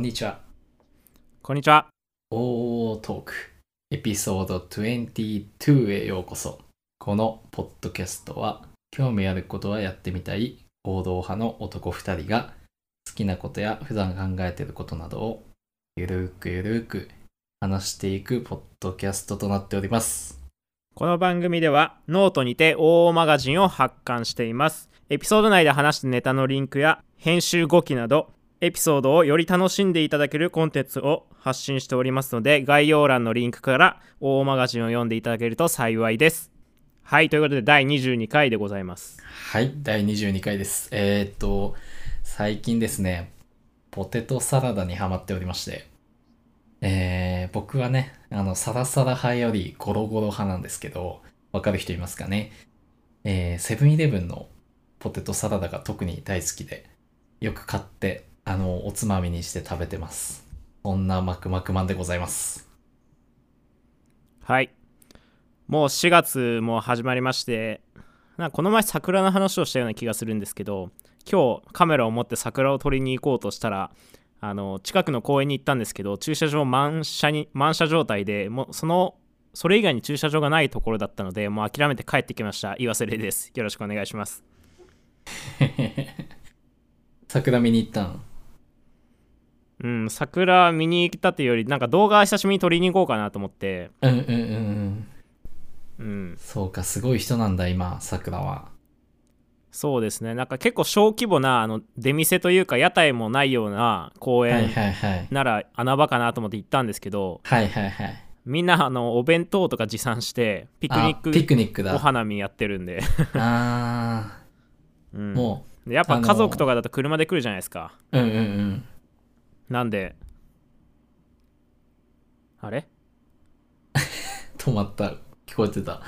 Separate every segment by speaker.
Speaker 1: にちは。
Speaker 2: こんにちは。
Speaker 1: OO トーク、エピソード22へようこそ。このポッドキャストは、興味あることはやってみたい行動派の男2人が、好きなことや普段考えていることなどを、ゆるーくゆるーく話していくポッドキャストとなっております。
Speaker 2: この番組ではノートにて OO マガジンを発刊しています。エピソード内で話したネタのリンクや編集後期など、エピソードをより楽しんでいただけるコンテンツを発信しておりますので、概要欄のリンクから OO マガジンを読んでいただけると幸いです。はい、ということで第22回でございます。
Speaker 1: はい、第22回です。えー、っと、最近ですね、ポテトサラダにハマっておりまして、えー、僕はね、あの、サラサラ派よりゴロゴロ派なんですけど、わかる人いますかねえー、セブンイレブンのポテトサラダが特に大好きで、よく買って、あの、おつまみにして食べてます。そんなマクマクマンでございます。
Speaker 2: はい。もう4月も始まりまして、なんかこの前桜の話をしたような気がするんですけど、今日カメラを持って桜を撮りに行こうとしたら、あの近くの公園に行ったんですけど、駐車場満車に満車状態で、もうそのそれ以外に駐車場がないところだったので、もう諦めて帰ってきました。岩瀬礼です。よろしくお願いします。
Speaker 1: 桜見に行ったん
Speaker 2: うん、桜見に行ったというより、なんか動画久しぶりに撮りに行こうかなと思って、
Speaker 1: うんうんうんうん。
Speaker 2: うん、
Speaker 1: そうか、すごい人なんだ、今、桜は。
Speaker 2: そうですねなんか結構小規模なあの出店というか屋台もないような公
Speaker 1: はい
Speaker 2: 園
Speaker 1: はいはい。
Speaker 2: なら穴場かなと思って行ったんですけど
Speaker 1: はいはいはい。
Speaker 2: みんなあのお弁当とか持参してピクニッ
Speaker 1: あピ
Speaker 2: ク
Speaker 1: クニックだ。
Speaker 2: お花見やってるんで、
Speaker 1: あ
Speaker 2: うん
Speaker 1: ー、も
Speaker 2: でやっ
Speaker 1: あ
Speaker 2: ぱ
Speaker 1: の
Speaker 2: 家族とかだと車で来るじゃないですか
Speaker 1: う、うんうんうん。
Speaker 2: なんであれ
Speaker 1: 止まった。聞こえてた。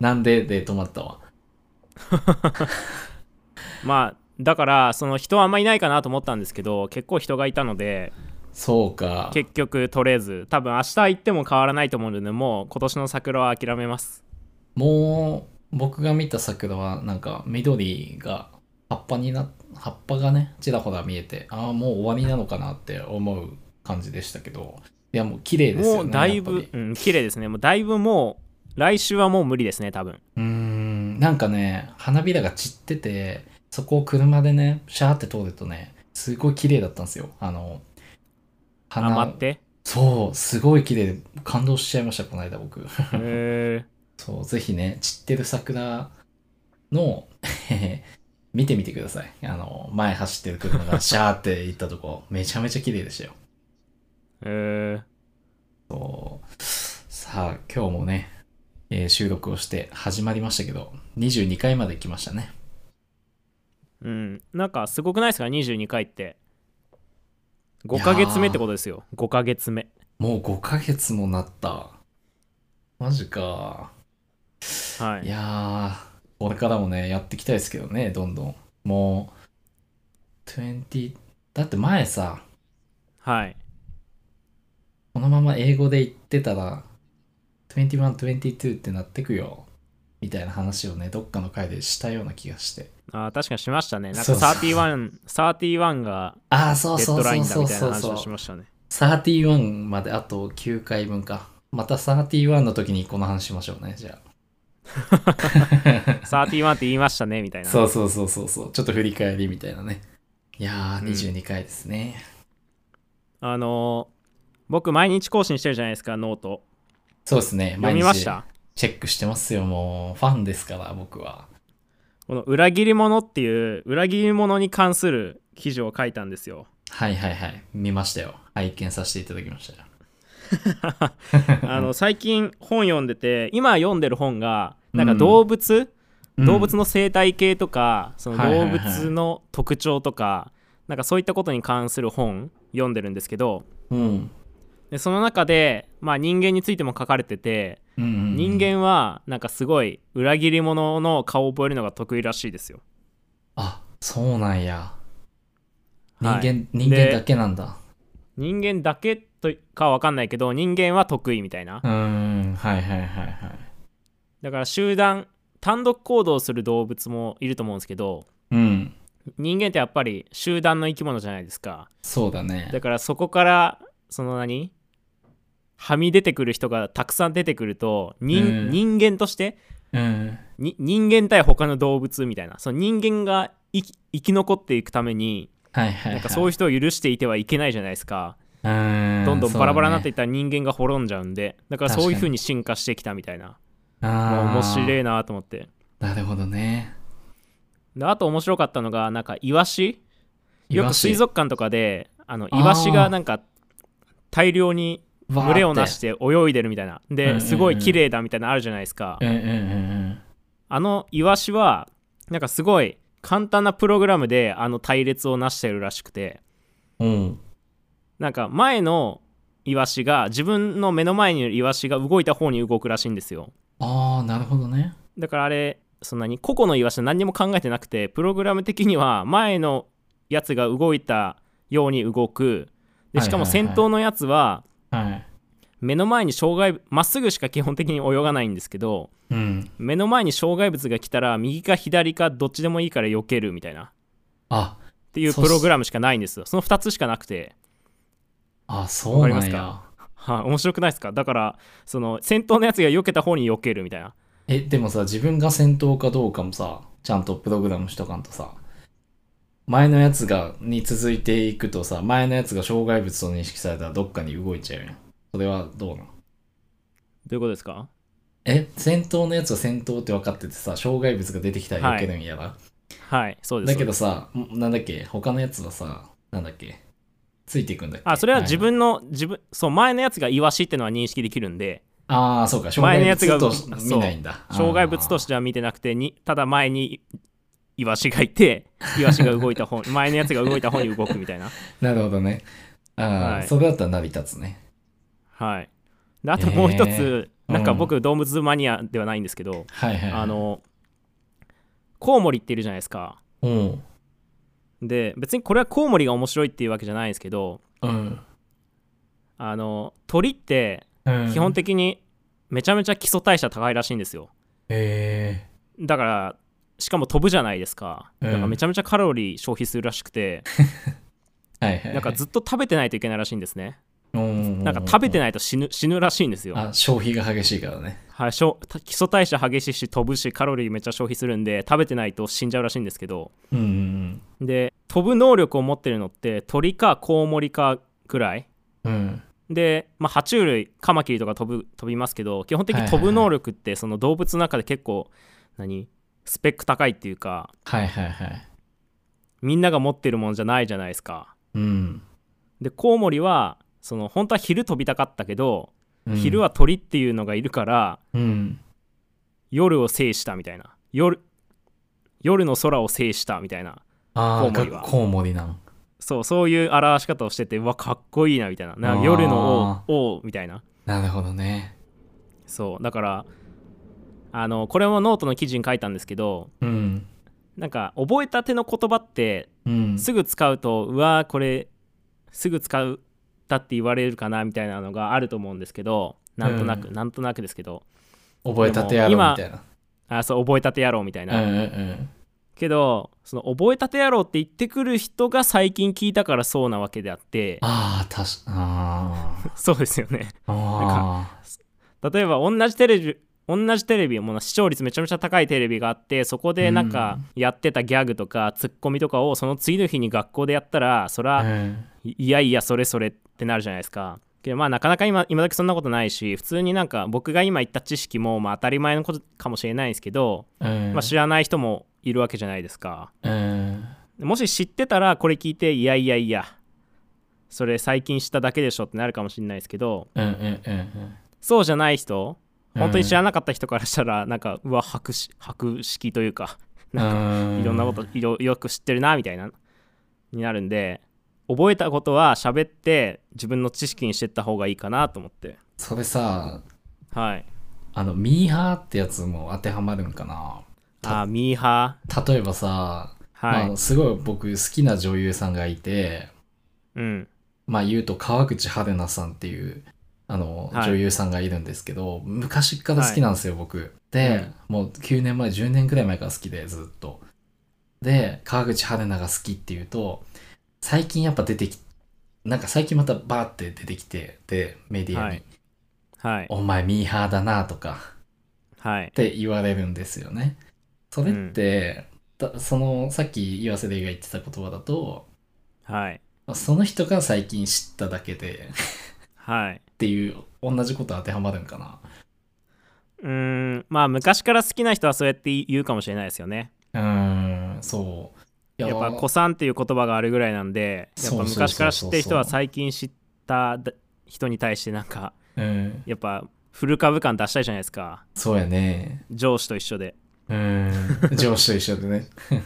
Speaker 1: なんでで止まったわ。
Speaker 2: まあだからその人はあんまいないかなと思ったんですけど結構人がいたので
Speaker 1: そうか。
Speaker 2: 結局取れず多分明日行っても変わらないと思うのでもう今年の桜は諦めます
Speaker 1: もう、僕が見た桜は、なんか、緑が、葉っぱにな、葉っぱがね、ちらほら見えて、ああ、もう終わりなのかなって思う感じでしたけど、いや、もう綺麗ですよね。
Speaker 2: もうだい
Speaker 1: やっ
Speaker 2: ぶ
Speaker 1: ぱ、り
Speaker 2: うん、綺麗ですね。もうだいぶもう、来週はもう無理ですね、多分。
Speaker 1: うーん、なんかね、花びらが散ってて、そこを車でね、シャーって通るとね、すごい綺麗だったんですよ。あの、
Speaker 2: あ、待 って。
Speaker 1: そう、すごい綺麗で感動しちゃいました、この間僕。
Speaker 2: へ
Speaker 1: そう、ぜひね、散ってる桜の、 えへ見てみてください。あの、前走ってる車がシャーって行ったとこ、めちゃめちゃ綺麗でしたよ。
Speaker 2: え。へえ。
Speaker 1: そう。さあ、今日もね、えー収録をして始まりましたけど、22回まで来ましたね。
Speaker 2: うん。なんか、すごくないですか ?22 回って。5ヶ月目ってことですよ。5ヶ月目。
Speaker 1: もう5ヶ月もなった。マジか。
Speaker 2: はいい。
Speaker 1: やー、これからもね、やっていきたいですけどね、どんどん。もう、20、だって前さ、
Speaker 2: はい。
Speaker 1: このまま英語で言ってたら、21、22ってなってくよ。みたいな話をね、どっかの回でしたような気がして。
Speaker 2: あー確かにしましたね。なん
Speaker 1: そ
Speaker 2: か
Speaker 1: うそう
Speaker 2: 31、31が
Speaker 1: ああ、そう
Speaker 2: デ
Speaker 1: そ
Speaker 2: ッド
Speaker 1: う
Speaker 2: ラ
Speaker 1: そ
Speaker 2: イ
Speaker 1: う
Speaker 2: ンだ
Speaker 1: そ
Speaker 2: み
Speaker 1: う
Speaker 2: たいな
Speaker 1: そう
Speaker 2: 話
Speaker 1: そう
Speaker 2: をしましたね。
Speaker 1: 31まであと9回分か。また31の時にこの話しましょうね、じゃ あ。
Speaker 2: 31って言いましたね、みたいな。
Speaker 1: そうそうそうそうそう。ちょっと振り返りみたいなね。いやー、
Speaker 2: うん
Speaker 1: 22回ですね。
Speaker 2: あのー僕、毎日更新してるじゃないですか、ノート。
Speaker 1: そうですね。
Speaker 2: 読みました
Speaker 1: チェックしてますよ、もう。ファンですから、僕は。
Speaker 2: この裏切り者っていう裏切り者に関する記事を書いたんで すよ。
Speaker 1: はいはいはい。見ましたよ。拝見させていただきましたよ。
Speaker 2: あの最近本読んでて今読んでる本がなん
Speaker 1: う
Speaker 2: か
Speaker 1: ん
Speaker 2: 動物、
Speaker 1: うん
Speaker 2: 動物の生態系とかその
Speaker 1: はいは
Speaker 2: 動
Speaker 1: いはい
Speaker 2: 物の特徴とか、なんかそういったことに関する本読んでるんですけど
Speaker 1: うん。
Speaker 2: でその中で、まあ、人間についても書かれてて、
Speaker 1: うんうんうん
Speaker 2: 人。間はなんかすごい裏切り者の顔を覚えるのが得意らしいですよ。
Speaker 1: あ、そうなんや。人間、
Speaker 2: はい
Speaker 1: 人間だけなんだ。
Speaker 2: 人間だけとかは分かんないけど人間は得意みたいな
Speaker 1: うーん。はいはいはいはい。
Speaker 2: だから集団単独行動する動物もいると思うんですけど
Speaker 1: うん。
Speaker 2: 人間ってやっぱり集団の生き物じゃないですか
Speaker 1: そうだね
Speaker 2: だからそこからその何はみ出てくる人がたくさん出てくると人,、
Speaker 1: うん
Speaker 2: 人間として
Speaker 1: うん
Speaker 2: に人間対他の動物みたいなその人間が生き生き残っていくために
Speaker 1: はいはい、はい、
Speaker 2: なんかそういう人を許していてはいけないじゃないですか、
Speaker 1: うーん
Speaker 2: どんどんバラバラになってい
Speaker 1: っ
Speaker 2: ったら人間が滅んじゃうんでだから
Speaker 1: 確かに
Speaker 2: そういう風に進化してきたみたいな
Speaker 1: た
Speaker 2: もう面白
Speaker 1: い
Speaker 2: いなと思って
Speaker 1: なるほどね
Speaker 2: であと面白かったのがなんかイワシよく水
Speaker 1: 族
Speaker 2: 族館とかであの
Speaker 1: あー
Speaker 2: イワシがなんか大量に群れをなしてて泳いでるみたいな
Speaker 1: うんうんう
Speaker 2: で
Speaker 1: ん
Speaker 2: すごい綺麗だみたいなのあるじゃないですか
Speaker 1: うんうんうん
Speaker 2: あのイワシはなんかすごい簡単なプログラムであの隊列をなしてるらしくて
Speaker 1: うんうん
Speaker 2: なんか前のイワシが自分の目の前にいるイワシが動いた方に動くらしいんですよ
Speaker 1: ああなるほどね
Speaker 2: だからあれそんなに個々のイワシは何にも考えてなくてプログラム的には前のやつが動いたように動くでしかも
Speaker 1: はいはい
Speaker 2: 先
Speaker 1: はい
Speaker 2: 頭のやつは
Speaker 1: はい
Speaker 2: 目の前に障害物まっすぐしか基本的に泳がないんですけど
Speaker 1: うん
Speaker 2: 目の前に障害物が来たら右か左かどっちでもいいから避けるみたいなっ
Speaker 1: あ
Speaker 2: ていう
Speaker 1: そうっ
Speaker 2: プ
Speaker 1: す
Speaker 2: ログラムしかないんですよその2つしかなくて
Speaker 1: あそう
Speaker 2: わ
Speaker 1: な
Speaker 2: か
Speaker 1: ん
Speaker 2: り
Speaker 1: や
Speaker 2: まはい面白くないですかだからその先頭のやつが避けた方に避けるみたいな
Speaker 1: えでもさ自分が先頭かどうかもさちゃんとプログラムしとかんとさ前のやつがに続いていくとさ前のやつが障害物と認識されたらどっかに動いちゃうやんそれはどうなん
Speaker 2: どういうことですか
Speaker 1: え先頭のやつは先頭って分かっててさ障害物が出てきたら避けるんやな、
Speaker 2: はいそうで
Speaker 1: だけ
Speaker 2: すそうで
Speaker 1: ど
Speaker 2: す
Speaker 1: さんなんだっけ他のやつはさなんだっけついていくんだっけ
Speaker 2: あそれは自
Speaker 1: い
Speaker 2: 分の自分そう前のやつがイワシってのは認識できるんで
Speaker 1: ああそうか障
Speaker 2: 前の
Speaker 1: 害
Speaker 2: やつが
Speaker 1: 物とし見ないんだ
Speaker 2: 障害物としてては見てなくてにただ前にイワシがいてイワシが動いた方前のやつが動いた方に動くみたいな
Speaker 1: なるほどねああ、
Speaker 2: はい
Speaker 1: それだったら成り立つね
Speaker 2: はいであともう一
Speaker 1: え
Speaker 2: つ、
Speaker 1: うん
Speaker 2: なんか僕動物マニアではないんですけど、
Speaker 1: はいはいはい
Speaker 2: あのコウモリっているじゃないですか
Speaker 1: うん
Speaker 2: で別にこれはコウモリが面白いっていうわけじゃないんですけど
Speaker 1: うん
Speaker 2: あの鳥って
Speaker 1: うん
Speaker 2: 基本的にめちゃめちゃ基礎代謝高いらしいんですよ
Speaker 1: へ
Speaker 2: だからしかも飛ぶじゃないですか
Speaker 1: うん
Speaker 2: だからめちゃめちゃカロリー消費するらしくて、
Speaker 1: えはいはいはい
Speaker 2: なんかずっと食べてないといけないらしいんですね、
Speaker 1: うん
Speaker 2: なんか食べて
Speaker 1: ない
Speaker 2: ないと死ぬ死ぬらしいんですよ、
Speaker 1: あ消費が激しいからね
Speaker 2: はい、しょ基礎代謝激しいし飛ぶしカロリーめっちゃ消費するんで食べてないと死んじゃうらしいんですけど
Speaker 1: うんうん
Speaker 2: で飛ぶ能力を持ってるのって鳥かコウモリかくらい
Speaker 1: うんうん
Speaker 2: で、まあ、爬虫類カマキリとか飛ぶ飛びますけど基本的
Speaker 1: は
Speaker 2: に
Speaker 1: いはいは
Speaker 2: 飛
Speaker 1: い
Speaker 2: ぶ能力ってその動物の中で結構何スペック高いっていうか
Speaker 1: はいはいはい
Speaker 2: みんなが持ってるものじゃないじゃないですか
Speaker 1: うん、
Speaker 2: でコウモリはその本当は昼飛びたかったけど、
Speaker 1: うん、
Speaker 2: 昼は鳥っていうのがいるから
Speaker 1: うん
Speaker 2: 夜を制したみたいな夜夜の空を制したみたいな
Speaker 1: あ
Speaker 2: コ
Speaker 1: あ
Speaker 2: ウモリは
Speaker 1: コウモリなん
Speaker 2: そうそういう表し方をしててうわかっこいいなみたいななん
Speaker 1: あ
Speaker 2: か
Speaker 1: ー
Speaker 2: 夜の王王みたいな
Speaker 1: なるほどね
Speaker 2: そうだからあのこれもノートの記事に書いたんですけど
Speaker 1: うん
Speaker 2: なんか覚えたての言葉って
Speaker 1: うん
Speaker 2: すぐ使うとうわーこれすぐ使ったって言われるかなみたいなのがあると思うんですけどなんとなく、
Speaker 1: う
Speaker 2: なんとなくですけど
Speaker 1: 覚えたてやろうみたいな
Speaker 2: あそう覚えたて野郎みたいな、
Speaker 1: うんうんうん
Speaker 2: けどその覚えたて野郎って言ってくる人が最近聞いたからそうなわけであって
Speaker 1: ああ確かあー
Speaker 2: そうですよね
Speaker 1: あ
Speaker 2: 例えば同じテレビ同じテレビもう視聴率めちゃめちゃ高いテレビがあってそこでなんかやってたギャグとかツッコミとかをその次の日に学校でやったらそら、
Speaker 1: ーうん
Speaker 2: いやいやそれそれってなるじゃないですか。けどまあなかなか今今時そんなことないし普通になんか僕が今言った知識もまあ当たり前のことかもしれないんですけど、
Speaker 1: うん
Speaker 2: まあ、知らない人もいるわけじゃないですか。
Speaker 1: うん
Speaker 2: もし知ってたらこれ聞いていやいやいやそれ最近知っただけでしょってなるかもしれないですけど
Speaker 1: うんうんうん
Speaker 2: そうじゃない人
Speaker 1: うん
Speaker 2: 本当に知らなかった人からしたらなんかうわ博識博識というか
Speaker 1: うん
Speaker 2: いろんなこといろよく知ってるなみたいなになるんで覚えたことは喋って自分の知識にしてった方がいいかなと思って
Speaker 1: それさ
Speaker 2: はい
Speaker 1: あのミーハーってやつも当てはまるんかな
Speaker 2: あーミーハ
Speaker 1: 例えばさ、
Speaker 2: ーはい、
Speaker 1: まあ、すごい僕好きな女優さんがいて
Speaker 2: うん
Speaker 1: まあ言うと川口春奈さんっていうあの
Speaker 2: はい
Speaker 1: 女優さんがいるんですけど、昔から好きなんですよ、僕で、もう9年前10年くらい前から好きでずっとで、川口春奈が好きっていうと、最近やっぱ出てき、なんか最近またバーって出てきて、で、メディアに、
Speaker 2: はいはい
Speaker 1: お前ミーハーだなとか
Speaker 2: はい
Speaker 1: って言われるんですよね。それって、だその、さっき岩瀬玲が言ってた言葉だと、
Speaker 2: はい
Speaker 1: その人が最近知っただけでっ
Speaker 2: はい
Speaker 1: ていう、同じこと当てはまるんかな。
Speaker 2: うーんまあ昔から好きな人はそうやって言うかもしれないですよね
Speaker 1: うーん、そう。い
Speaker 2: やっぱ「子さん」っていう言葉があるぐらいなんでやっ
Speaker 1: そう
Speaker 2: ぱ
Speaker 1: そうそう
Speaker 2: 昔
Speaker 1: そう
Speaker 2: から知ってる人は最近知っただ人に対してなんか
Speaker 1: うん、
Speaker 2: やっぱ古株感出したいじゃないですか
Speaker 1: そうやね。
Speaker 2: 上司と一緒で
Speaker 1: うん、上司と一緒でね。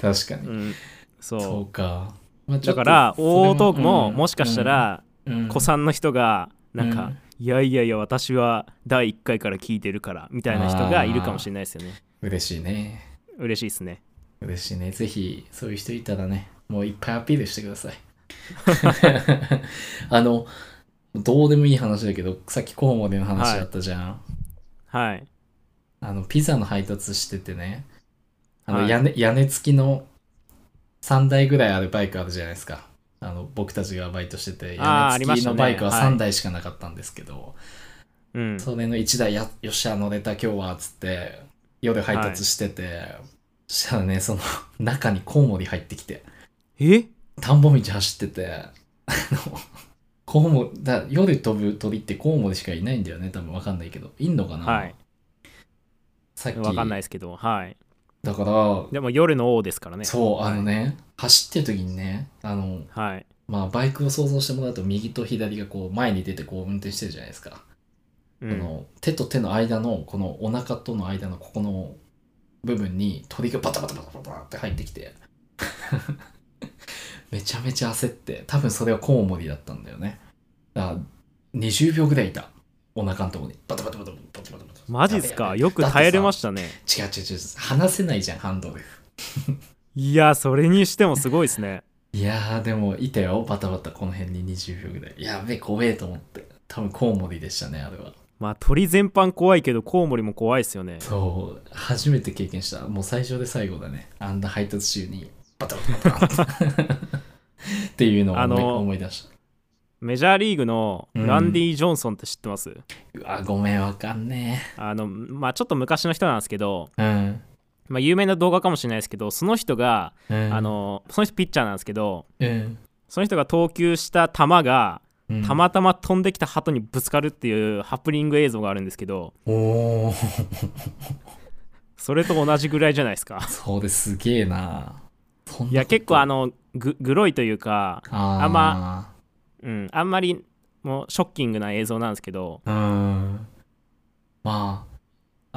Speaker 1: 確かに。
Speaker 2: うん
Speaker 1: そ
Speaker 2: そう
Speaker 1: か。まあ
Speaker 2: うだから大トークも
Speaker 1: うん
Speaker 2: もしかしたら
Speaker 1: うん
Speaker 2: 子さんの人がなん
Speaker 1: う
Speaker 2: か
Speaker 1: ん
Speaker 2: 「いやいやいや私は第1回から聞いてるから」みたいな人がいるかもしれないですよね
Speaker 1: 嬉しいね。
Speaker 2: 嬉しいですね
Speaker 1: 嬉しいね。ぜひ、そういう人いたらね、もういっぱいアピールしてくだ さい。あの、どうでもいい話だけど、さっきコウモリの話だったじゃん。
Speaker 2: はい
Speaker 1: あの、ピザの配達しててね、あ
Speaker 2: は
Speaker 1: の
Speaker 2: い
Speaker 1: 屋根、屋根付きの3台ぐらいあるバイクあるじゃないですか。あの、僕たちがバイトしてて、屋
Speaker 2: あーあり
Speaker 1: 根
Speaker 2: ま
Speaker 1: 付
Speaker 2: し
Speaker 1: き
Speaker 2: た
Speaker 1: の
Speaker 2: ね
Speaker 1: バイクは
Speaker 2: はい
Speaker 1: 3台しかなかったんですけど、
Speaker 2: うん
Speaker 1: それの1台や、よっしゃ、乗れた今日は、つって、夜配達してて、そしたらね、その中にコウモリ入ってきて、
Speaker 2: え
Speaker 1: 田んぼ道走ってて、あの、コウモリ、だ夜飛ぶ鳥ってコウモリしかいないんだよね、多分わかんないけど。いんのかな、
Speaker 2: はい
Speaker 1: さっき。
Speaker 2: わかんないですけどはい
Speaker 1: だから、
Speaker 2: でも夜の王ですからね
Speaker 1: そう、あのね、走ってる時にね、あの、
Speaker 2: はい
Speaker 1: まあ、バイクを想像してもらうと、右と左がこう、前に出てこう、運転してるじゃないですか。
Speaker 2: う
Speaker 1: こ
Speaker 2: ん
Speaker 1: の手と手の間のこのお腹との間のここの部分に鳥がバタバタバタバタって入ってきて めちゃめちゃ焦って多分それはコウモリだったんだよねだから20秒ぐらいいたお腹のとこにバタバタバタバタバタバタバタ
Speaker 2: マジっすかよく
Speaker 1: だってさ
Speaker 2: 耐えれましたね
Speaker 1: 違う違う違う離せないじゃんハンドル
Speaker 2: いやそれにしてもすごいですね
Speaker 1: いやーでもいたよバタバタこの辺に20秒ぐらいやべえ怖えと思って多分コウモリでしたねあれは
Speaker 2: まあ鳥全般怖いけどコウモリも怖いですよね
Speaker 1: そう初めて経験したもう最初で最後だねあんな配達中にバタバタバタっていうのを思い
Speaker 2: あの
Speaker 1: 思い出した
Speaker 2: メジャーリーグの
Speaker 1: うん
Speaker 2: ランディ・ジョンソンって知ってます、
Speaker 1: うわごめんわかんね
Speaker 2: あのまあちょっと昔の人なんですけど、
Speaker 1: えうん、
Speaker 2: まあ、有名な動画かもしれないですけどその人が、
Speaker 1: うん、
Speaker 2: あのその人ピッチャーなんですけど
Speaker 1: うん
Speaker 2: その人が投球した球が
Speaker 1: うん
Speaker 2: たまたま飛んできた鳩にぶつかるっていうハプニング映像があるんですけど
Speaker 1: おお
Speaker 2: それと同じぐらいじゃないです か
Speaker 1: それすげえなそんなこと
Speaker 2: いや結構あのググロいというか
Speaker 1: あー
Speaker 2: あんまうん、あんまりもうショッキングな映像なんですけど、
Speaker 1: うんまあ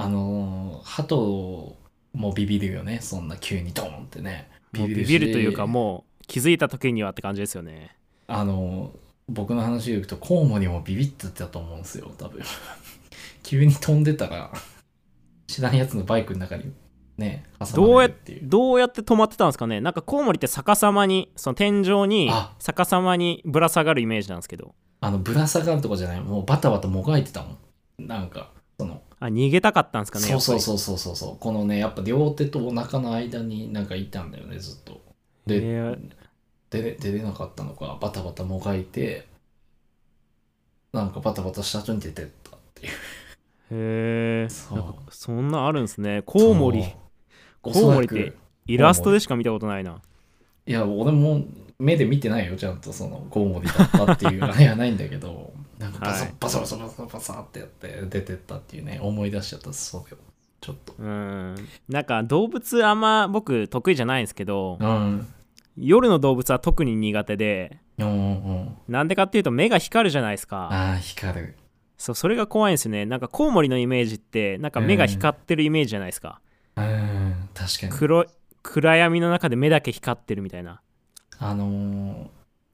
Speaker 1: あのー、鳩もビビるよねそんな急にドーンってね
Speaker 2: もうビ
Speaker 1: し
Speaker 2: ビるというか、もう気づいた時にはって感じですよね。
Speaker 1: あの僕の話でいくとコウモリもビビってたと思うんですよ多分 急に飛んでたら知らんやつのバイクの中にね挟まれるっていう
Speaker 2: どうやって止まってたんですかねなんかコウモリって逆さまに、その天井に
Speaker 1: あ
Speaker 2: 逆さまにぶら下がるイメージなんですけど、
Speaker 1: あのぶら下がるとかじゃないもうバタバタもがいてたもんなんかその
Speaker 2: あ逃げたかったんですかね。
Speaker 1: そうそうそううそうそうそうこのねやっぱ両手とお腹の間になんかいたんだよねずっと
Speaker 2: へ
Speaker 1: で
Speaker 2: え
Speaker 1: 出れ出れなかったのかバタバタもがいてなんかバタバタした後に出てったっていう
Speaker 2: へえ
Speaker 1: そう
Speaker 2: なんかそんなあるんですね。コウモリ
Speaker 1: そ、う
Speaker 2: コウモ
Speaker 1: おそら
Speaker 2: リっ
Speaker 1: く
Speaker 2: てイラストでしか見たことないな。
Speaker 1: いや、俺も目で見てないよ、ちゃんとそのコウモリだったって いうあれはないんだけど、なんかバサ
Speaker 2: はい
Speaker 1: バサバサバサバサってやって出てったっていうね、思い出しちゃったそうよ、ちょっと。
Speaker 2: うん。なんか動物あんま僕得意じゃないんですけど
Speaker 1: う、ん。
Speaker 2: 夜の動物は特に苦手で、
Speaker 1: うんうんうん。
Speaker 2: なんでかっていうと目が光るじゃないですか
Speaker 1: ああ、光る。
Speaker 2: そうそれが怖いんですよねなんかコウモリのイメージってなんか目が光ってるイメージじゃないですか、
Speaker 1: うん、確かに。
Speaker 2: 黒い暗闇の中で目だけ光ってるみたいな
Speaker 1: あのー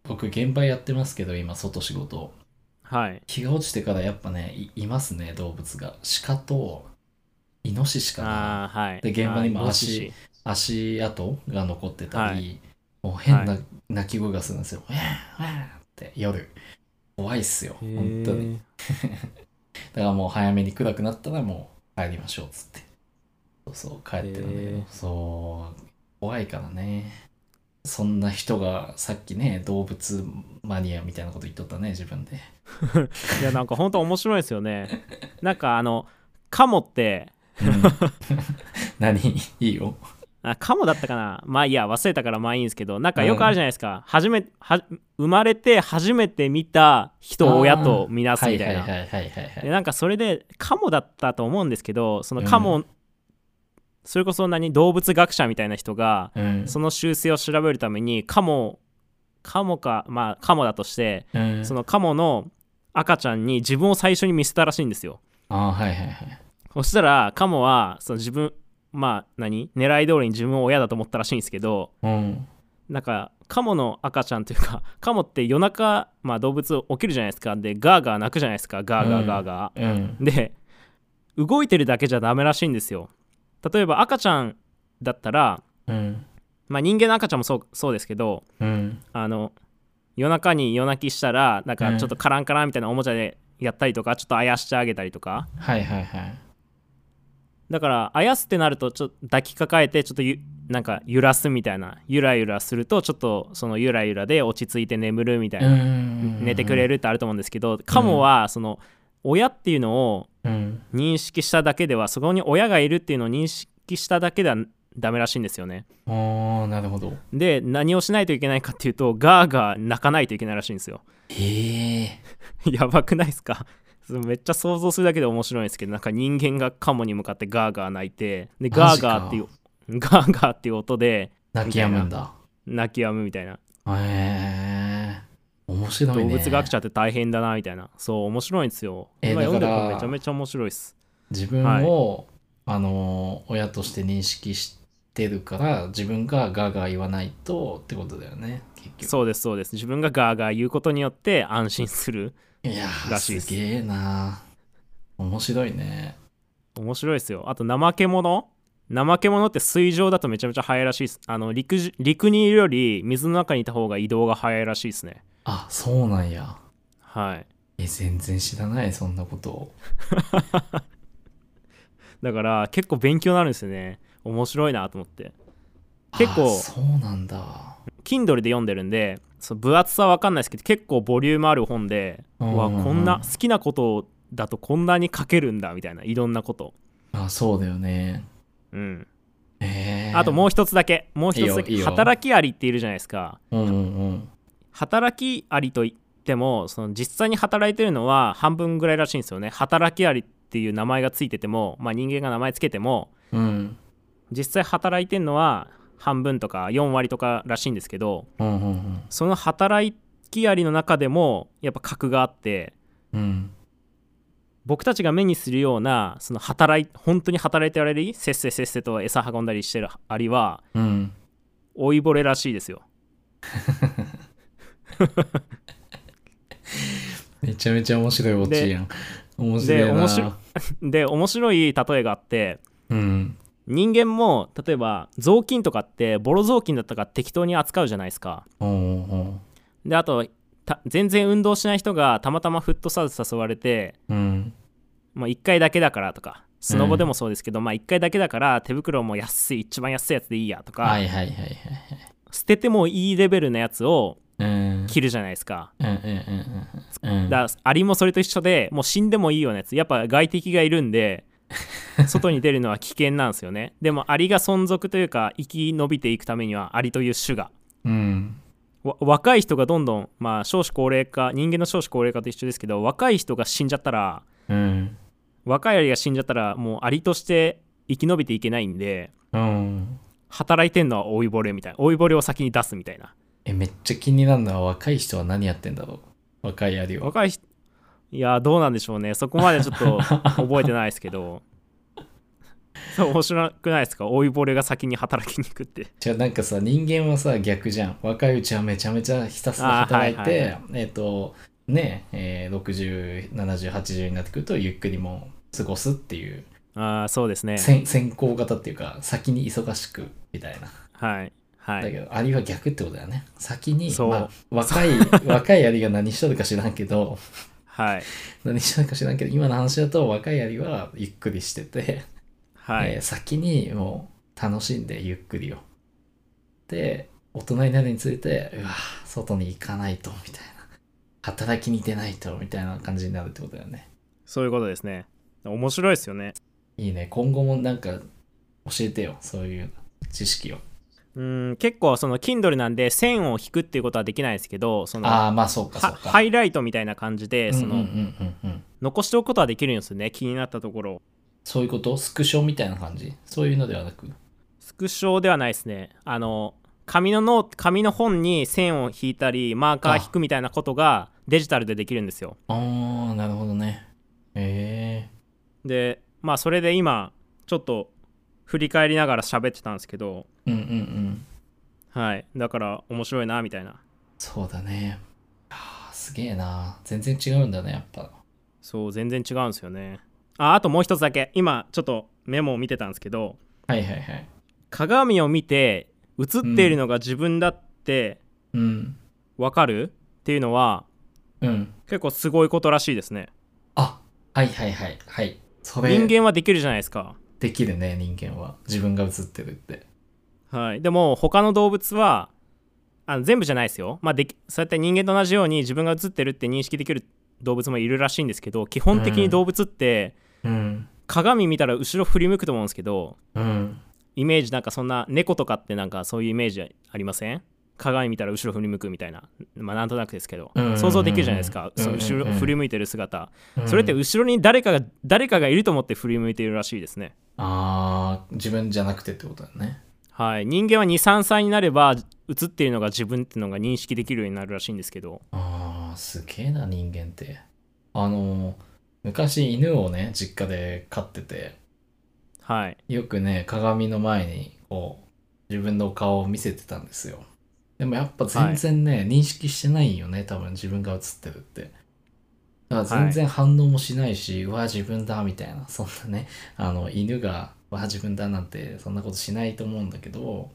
Speaker 1: 僕、現場やってますけど、今、外仕事。
Speaker 2: はい
Speaker 1: 日が落ちてからやっぱね、いいますね、動物が。鹿と、イノシシかな。
Speaker 2: ああーはい
Speaker 1: で現場にも
Speaker 2: あーイノシシ
Speaker 1: 足跡が残ってたり、
Speaker 2: は
Speaker 1: もう変な
Speaker 2: は
Speaker 1: 鳴き声がするんですよ。わーわーって夜。怖いっすよ、
Speaker 2: へー
Speaker 1: 本当に。だからもう早めに暗くなったらもう帰りましょうっつって。そうそう、帰ってたんだけ
Speaker 2: へ
Speaker 1: ど
Speaker 2: ー、
Speaker 1: そう、怖いからね。そんな人がさっきね、動物マニアみたいなこと言っとったね、自分で。
Speaker 2: いやなんか本当面白いですよね なんかあのカモって
Speaker 1: うん 何いいよ。
Speaker 2: あカモだったかなまあいいや忘れたからまあいいんですけどなんかよくあるじゃないですか、初めは生まれて初めて見た人を親と見なす
Speaker 1: はい
Speaker 2: み
Speaker 1: は
Speaker 2: た
Speaker 1: い
Speaker 2: い
Speaker 1: はい
Speaker 2: な
Speaker 1: はいはい
Speaker 2: で。なんかそれでカモだったと思うんですけどそのカモ、
Speaker 1: う
Speaker 2: それこそ何動物学者みたいな人が
Speaker 1: うん。
Speaker 2: その習性を調べるためにカモカモかまあカモだとして
Speaker 1: うん
Speaker 2: そのカモの赤ちゃんに自分を最初に見せたらしいんですよ
Speaker 1: ああ、はいはいはい。
Speaker 2: そしたらカモはその自分まあ何狙い通りに自分を親だと思ったらしいんですけど
Speaker 1: うん。
Speaker 2: なんかカモの赤ちゃんというかカモって夜中、まあ、動物起きるじゃないですかでガーガー鳴くじゃないですかガーガーガーガー、
Speaker 1: うん。
Speaker 2: で動いてるだけじゃダメらしいんですよ例えば赤ちゃんだったら、
Speaker 1: うん。
Speaker 2: まあ、人間の赤ちゃんもそうそうですけど
Speaker 1: うん。
Speaker 2: あの夜中に夜泣きしたらなんかちょっとカランカランみたいなおもちゃでやったりとかちょっとあやしてあげたりとか
Speaker 1: はいはいはい。
Speaker 2: だからあやすってなるとちょっと抱きかかえてちょっとゆなんか揺らすみたいなゆらゆらするとちょっとそのゆらゆらで落ち着いて眠るみたいな、
Speaker 1: ん
Speaker 2: 寝てくれるってあると思うんですけどカモはその親っていうのを
Speaker 1: うん。
Speaker 2: 認識しただけではそこに親がいるっていうのを認識しただけではダメらしいんですよね
Speaker 1: ああ、なるほど。
Speaker 2: で何をしないといけないかっていうとガーガー泣かないといけないらしいんですよ
Speaker 1: へえ。
Speaker 2: やばくないですか そのめっちゃ想像するだけで面白いんですけどなんか人間がカモに向かってガーガー泣いてでガ
Speaker 1: マ
Speaker 2: ー
Speaker 1: ジ
Speaker 2: ガー
Speaker 1: か
Speaker 2: っていう ガーガーっていう音で
Speaker 1: 泣き止むんだ。
Speaker 2: 泣き止むみたいな
Speaker 1: へえ。面白い
Speaker 2: 動
Speaker 1: ね。
Speaker 2: 物学者って大変だなみたいなそう面白いんですよ
Speaker 1: え
Speaker 2: 今読んでる
Speaker 1: だから
Speaker 2: 本めちゃめちゃ面白いです
Speaker 1: 自分を、あの親として認識してるから自分がガーガー言わないとってことだよね結
Speaker 2: そうですそうです自分がガーガー言うことによって安心する
Speaker 1: 局いやー
Speaker 2: らしいです
Speaker 1: すげえな面白いね
Speaker 2: 面白いですよあと怠け者怠け者って水上だとめちゃめちゃ早いらしいですあの陸じ陸にいるより水の中にいた方が移動が早いらしいですね
Speaker 1: あそうなんや
Speaker 2: はい
Speaker 1: え全然知らないそんなこと
Speaker 2: だから結構勉強になるんですよね面白いなと思って結構
Speaker 1: あそうなんだ
Speaker 2: Kindle で読んでるんでその分厚さは分かんないですけど結構ボリュームある本でう
Speaker 1: うん
Speaker 2: わこんな好きなことだとこんなに書けるんだみたいないろんなこと
Speaker 1: あそうだよね
Speaker 2: うん
Speaker 1: えー、
Speaker 2: あともう一つだけもう一つだけ
Speaker 1: いいよいいよ
Speaker 2: 働きアリっているじゃないですか
Speaker 1: うんうんうん
Speaker 2: 働きアリといってもその実際に働いてるのは半分ぐらいらしいんですよね働きアリっていう名前がついてても、まあ、人間が名前つけても
Speaker 1: うん
Speaker 2: 実際働いてるのは半分とか4割とからしいんですけど
Speaker 1: うんうん
Speaker 2: その働きアリの中でもやっぱ格があって
Speaker 1: うんうん
Speaker 2: 僕たちが目にするようなその働い本当に働いてられるせっせせっせと餌運んだりしてるアリは
Speaker 1: うん
Speaker 2: 老いぼれらしいですよ
Speaker 1: めちゃめちゃ面白いオチやん面白い
Speaker 2: で
Speaker 1: な
Speaker 2: 面白いで面白い例えがあって
Speaker 1: うん
Speaker 2: 人間も例えば雑巾とかってボロ雑巾だったか適当に扱うじゃないですか
Speaker 1: おうんうん
Speaker 2: であとた全然運動しない人がたまたまフットサル誘われて
Speaker 1: うん
Speaker 2: もう1回だけだからとかスノボでもそうですけど、まあ1回だけだから手袋も安い一番安いやつでいいやとか、
Speaker 1: はいはいはいはい
Speaker 2: 捨ててもいいレベルのやつを
Speaker 1: うん
Speaker 2: 着るじゃないですか
Speaker 1: うんうんうんうんうん
Speaker 2: だからアリもそれと一緒でもう死んでもいいようなやつやっぱ外敵がいるん で外に出るのは危険なんですよねでもアリが存続というか生き延びていくためにはアリという種が
Speaker 1: うん
Speaker 2: わ若い人がどんどん、まあ、少子高齢化人間の少子高齢化と一緒ですけど若い人が死んじゃったら
Speaker 1: うん
Speaker 2: 若いアリが死んじゃったらもうアリとして生き延びていけないんで
Speaker 1: うん
Speaker 2: 働いてんのは老いぼれみたいな老いぼれを先に出すみたいな
Speaker 1: えめっちゃ気になるのは若い人は何やってんだろう若いアリは
Speaker 2: 若い人いやどうなんでしょうねそこまでちょ っと覚えてないですけどそう面白くないですか老いぼれが先に働きに行くって
Speaker 1: じゃあなんかさ人間はさ逆じゃん若いうちはめちゃめちゃひたすら働いて、
Speaker 2: あーはいは
Speaker 1: えっ、とねえー、607080になってくるとゆっくりもう過ごすっていう
Speaker 2: ああそうですね
Speaker 1: 先先行型っていうか先に忙しくみたいな
Speaker 2: はいは
Speaker 1: だ
Speaker 2: い
Speaker 1: けどアリは逆ってことだよね先に、
Speaker 2: そう
Speaker 1: まあ、 若い若いアリが何しとるか知らんけど
Speaker 2: はい
Speaker 1: 何しとるか知らんけど今の話だと若いアリはゆっくりしてて、
Speaker 2: はい、
Speaker 1: えー先にもう楽しんでゆっくりをって大人になるにつれてうわ外に行かないとみたいな働きに出ないとみたいな感じになるってことだよね
Speaker 2: そういうことですね面白いですよね
Speaker 1: いいね今後もなんか教えてよそういう知識を
Speaker 2: うん結構その Kindle なんで線を引くっていうことはできないですけどその
Speaker 1: ああまあそうかそう
Speaker 2: は
Speaker 1: か
Speaker 2: ハ
Speaker 1: い
Speaker 2: イライトみたいな感じでその、
Speaker 1: うんうんうんうんうん
Speaker 2: 残しておくことはできるんですよね気になったところ
Speaker 1: そういうことスクショみたいな感じそういうのではなく
Speaker 2: スクショではないですねあの紙のノー紙の本に線を引いたりマーカー引くみたいなことがデジタルでできるんですよ
Speaker 1: ああなるほどねえ
Speaker 2: でまあそれで今ちょっと振り返りながら喋ってたんですけど
Speaker 1: えうんうんうん
Speaker 2: はいだから面白いなみたいな
Speaker 1: そうだねあーすげえな全然違うんだねやっぱ
Speaker 2: そう全然違うんですよねああともう一つだけ今ちょっとメモを見てたんですけど
Speaker 1: はいはいはい
Speaker 2: 鏡を見て映っているのが自分だって
Speaker 1: うん
Speaker 2: 分かる、っていうのは
Speaker 1: うん
Speaker 2: 結構すごいことらしいですね
Speaker 1: あはいはいはいはいそれ
Speaker 2: 人間はできるじゃないですか
Speaker 1: できるね人間は自分が映ってるって
Speaker 2: はいでも他の動物はあの全部じゃないですよまあできそうやって人間と同じように自分が映ってるって認識できる動物もいるらしいんですけど基本的に動物って
Speaker 1: うん
Speaker 2: 鏡見たら後ろ振り向くと思うんですけど
Speaker 1: うん
Speaker 2: イメージなんかそんな猫とかってなんかそういうイメージありません鏡見たら後ろ振り向くみたいなまあなんとなくですけど
Speaker 1: うんうんうん
Speaker 2: 想像できるじゃないですか
Speaker 1: うん
Speaker 2: そ
Speaker 1: うんう
Speaker 2: の
Speaker 1: ん
Speaker 2: 後ろ振り向いてる姿
Speaker 1: うん
Speaker 2: それって後ろに誰かが誰かがいると思って振り向いているらしいですね
Speaker 1: あー自分じゃなくてってことだね
Speaker 2: はい人間は23歳になれば映っているのが自分っていうのが認識できるようになるらしいんですけど
Speaker 1: あーすげえな人間ってあの昔犬をね実家で飼ってて
Speaker 2: はい
Speaker 1: よくね鏡の前にこう自分の顔を見せてたんですよでもやっぱ全然ね、認識してないよね多分自分が映ってるってだから全然反応もしないし、うわ自分だみたいなそんなねあの犬がうわ自分だなんてそんなことしないと思うんだけど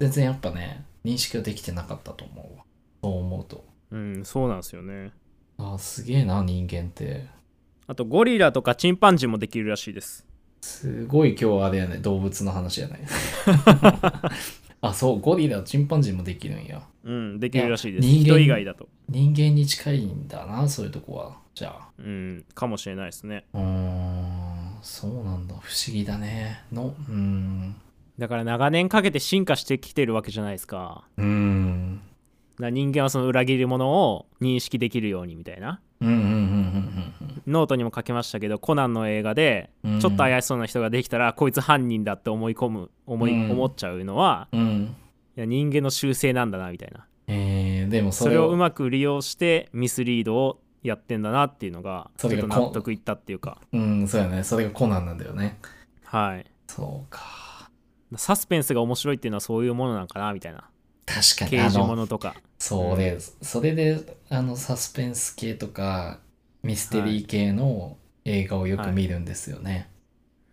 Speaker 1: 全然やっぱね認識はできてなかったと思うわそう思うと
Speaker 2: うんそうなんですよね
Speaker 1: あーすげえな人間って
Speaker 2: あとゴリラとかチンパンジーもできるらしいです
Speaker 1: すごい今日あれやね動物の話やね あそうゴリラチンパンジーもできるんや
Speaker 2: うんできるらしいで
Speaker 1: い
Speaker 2: す
Speaker 1: や人間
Speaker 2: 人以外だと
Speaker 1: 人間に近いんだなそういうとこはじゃあ
Speaker 2: うんかもしれないですね
Speaker 1: うーんそうなんだ不思議だねのうーん
Speaker 2: だから長年かけて進化してきてるわけじゃないですか
Speaker 1: うーん
Speaker 2: だから人間はその裏切り者を認識できるようにみたいな
Speaker 1: うんうんうんうんうん
Speaker 2: ノートにも書きましたけどコナンの映画で
Speaker 1: うん
Speaker 2: ちょっと怪しそうな人ができたら、こいつ犯人だって思い込む思い、
Speaker 1: うん
Speaker 2: 思っちゃうのは
Speaker 1: うんうん
Speaker 2: いや人間の習性なんだなみたいな
Speaker 1: えー、でもそ
Speaker 2: そ
Speaker 1: れ
Speaker 2: れ
Speaker 1: を
Speaker 2: をうまく利用してミスリードをやってんだなっていうのがち
Speaker 1: そ
Speaker 2: ょっ
Speaker 1: れが
Speaker 2: と納得いったっていうか
Speaker 1: うんそうやねそれがコナンなんだよね
Speaker 2: はい
Speaker 1: そうか
Speaker 2: サスペンスが面白いっていうのはそういうものなんかなみたいな
Speaker 1: 確かに
Speaker 2: 刑
Speaker 1: あ
Speaker 2: 事
Speaker 1: の
Speaker 2: 物とか
Speaker 1: それそれであのサスペンス系とかミステリー系の映画をよく見るんですよね、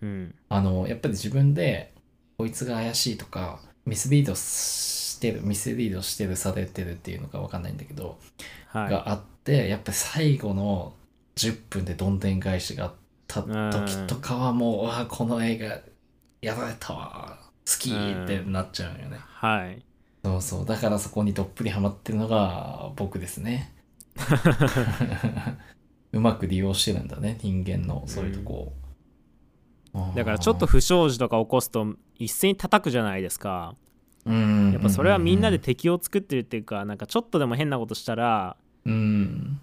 Speaker 2: うん
Speaker 1: あの、やっぱり自分で、こいつが怪しいとか、ミスリードしてる、ミスリードしてる、されてるっていうのかわかんないんだけど、
Speaker 2: はい
Speaker 1: があって、やっぱり最後の10分でどんでん返しがあった時とかはもう、うわ、この映画、やられたわ、好きってなっちゃうよね。
Speaker 2: はい
Speaker 1: そうそう、だからそこにどっぷりハマってるのが僕です ね。うまく利用してるんだね、人間のそういうとこを。
Speaker 2: だからちょっと不祥事とか起こすと一斉に叩くじゃないですか
Speaker 1: や
Speaker 2: やっぱそれはみんなで敵を作ってるっていうかなんかちょっとでも変なことしたら
Speaker 1: うん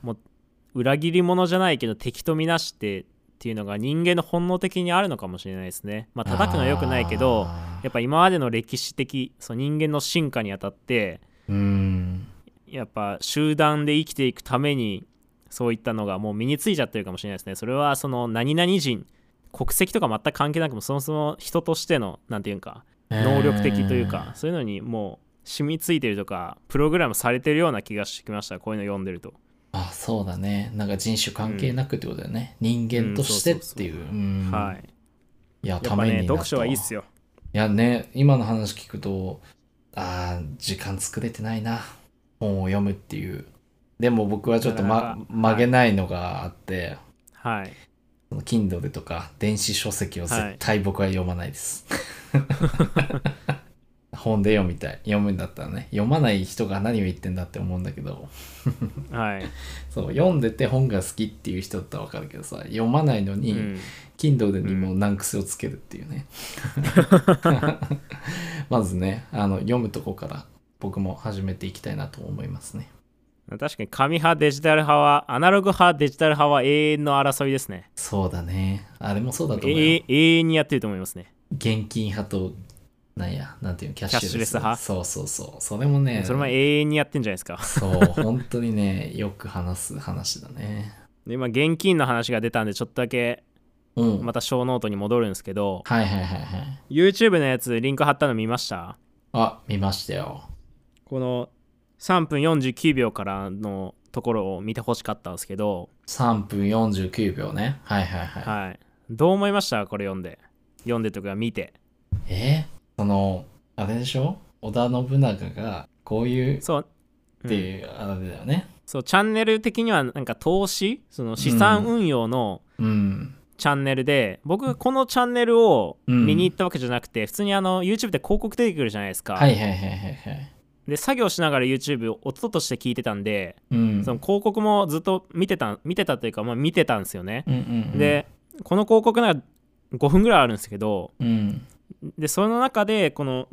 Speaker 2: 裏切り者じゃないけど敵とみなしてっていうのが人間の本能的にあるのかもしれないですねまあ叩くのは良くないけど
Speaker 1: あー
Speaker 2: やっぱ今までの歴史的その人間の進化にあたって
Speaker 1: うん
Speaker 2: やっぱ集団で生きていくためにそういったのがもう身についちゃってるかもしれないですねそれはその何々人国籍とか全く関係なくもそもそも人としての何て言うんか能力的というか、そういうのにもう染みついてるとかプログラムされてるような気がしてきましたこういうの読んでると
Speaker 1: えーあそうだねなんか人種関係なくってことだよね、人間としてっていう,、
Speaker 2: うん
Speaker 1: うん
Speaker 2: はい
Speaker 1: いや
Speaker 2: や
Speaker 1: た
Speaker 2: っぱ
Speaker 1: めに
Speaker 2: ね
Speaker 1: なったわ
Speaker 2: 読書はいいっすよ
Speaker 1: いやね今の話聞くとあー時間作れてないな本を読むっていうでも僕はちょっと、
Speaker 2: なか
Speaker 1: ま
Speaker 2: なか
Speaker 1: 曲げないのがあって、
Speaker 2: はい
Speaker 1: その Kindle とか電子書籍を絶対僕は読まないです、 本で読みたい読むんだったらね読まない人が何を言ってんだって思うんだけど
Speaker 2: はい、
Speaker 1: そう読んでて本が好きっていう人だったら分かるけどさ読まないの
Speaker 2: う
Speaker 1: に、
Speaker 2: ん、
Speaker 1: Kindle でにも難癖をつけるって いうね、まずねあの読むとこから僕も始めていきたいなと思いますね
Speaker 2: 確かに紙派デジタル派はアナログ派デジタル派は永遠の争いですね
Speaker 1: そうだねあれもそうだと思うよ、
Speaker 2: 永永遠にやってると思いますね
Speaker 1: 現金派となんやなんていうのキャッシュレス
Speaker 2: キャッシュレス派
Speaker 1: そうそうそうそれもね
Speaker 2: それも永遠にやってんじゃないですか
Speaker 1: そう本当にねよく話す話だね
Speaker 2: で今現金の話が出たんでちょっとだけ
Speaker 1: うん、
Speaker 2: また小ノートに戻るんですけど
Speaker 1: はいはいはいはい
Speaker 2: YouTube のやつリンク貼ったの見ました
Speaker 1: あ見ましたよ
Speaker 2: この3分49秒からのところを見てほしかったんですけど、
Speaker 1: 3分49秒ねはいはいはい、
Speaker 2: はい、どう思いましたこれ読んで読んでというか見て
Speaker 1: えーそのあれでしょ織田信長がこういう
Speaker 2: そう、う
Speaker 1: っ
Speaker 2: ん
Speaker 1: ていうあれだよね。
Speaker 2: そうチャンネル的にはなんか投資その資産運用の
Speaker 1: うん。
Speaker 2: チャンネルで、僕がこのチャンネルを見に行ったわけじゃなくて、普通にあの YouTube で広告出てくるじゃないですか、
Speaker 1: はいはいはいはいはい。
Speaker 2: で作業しながら YouTube を音として聞いてたんで、
Speaker 1: うん。
Speaker 2: その広告もずっと見てた見てたというか、まあ、見てたんですよね、
Speaker 1: うんうんうん、
Speaker 2: でこの広告なんか5分ぐらいあるんですけど
Speaker 1: うん。
Speaker 2: でその中でこの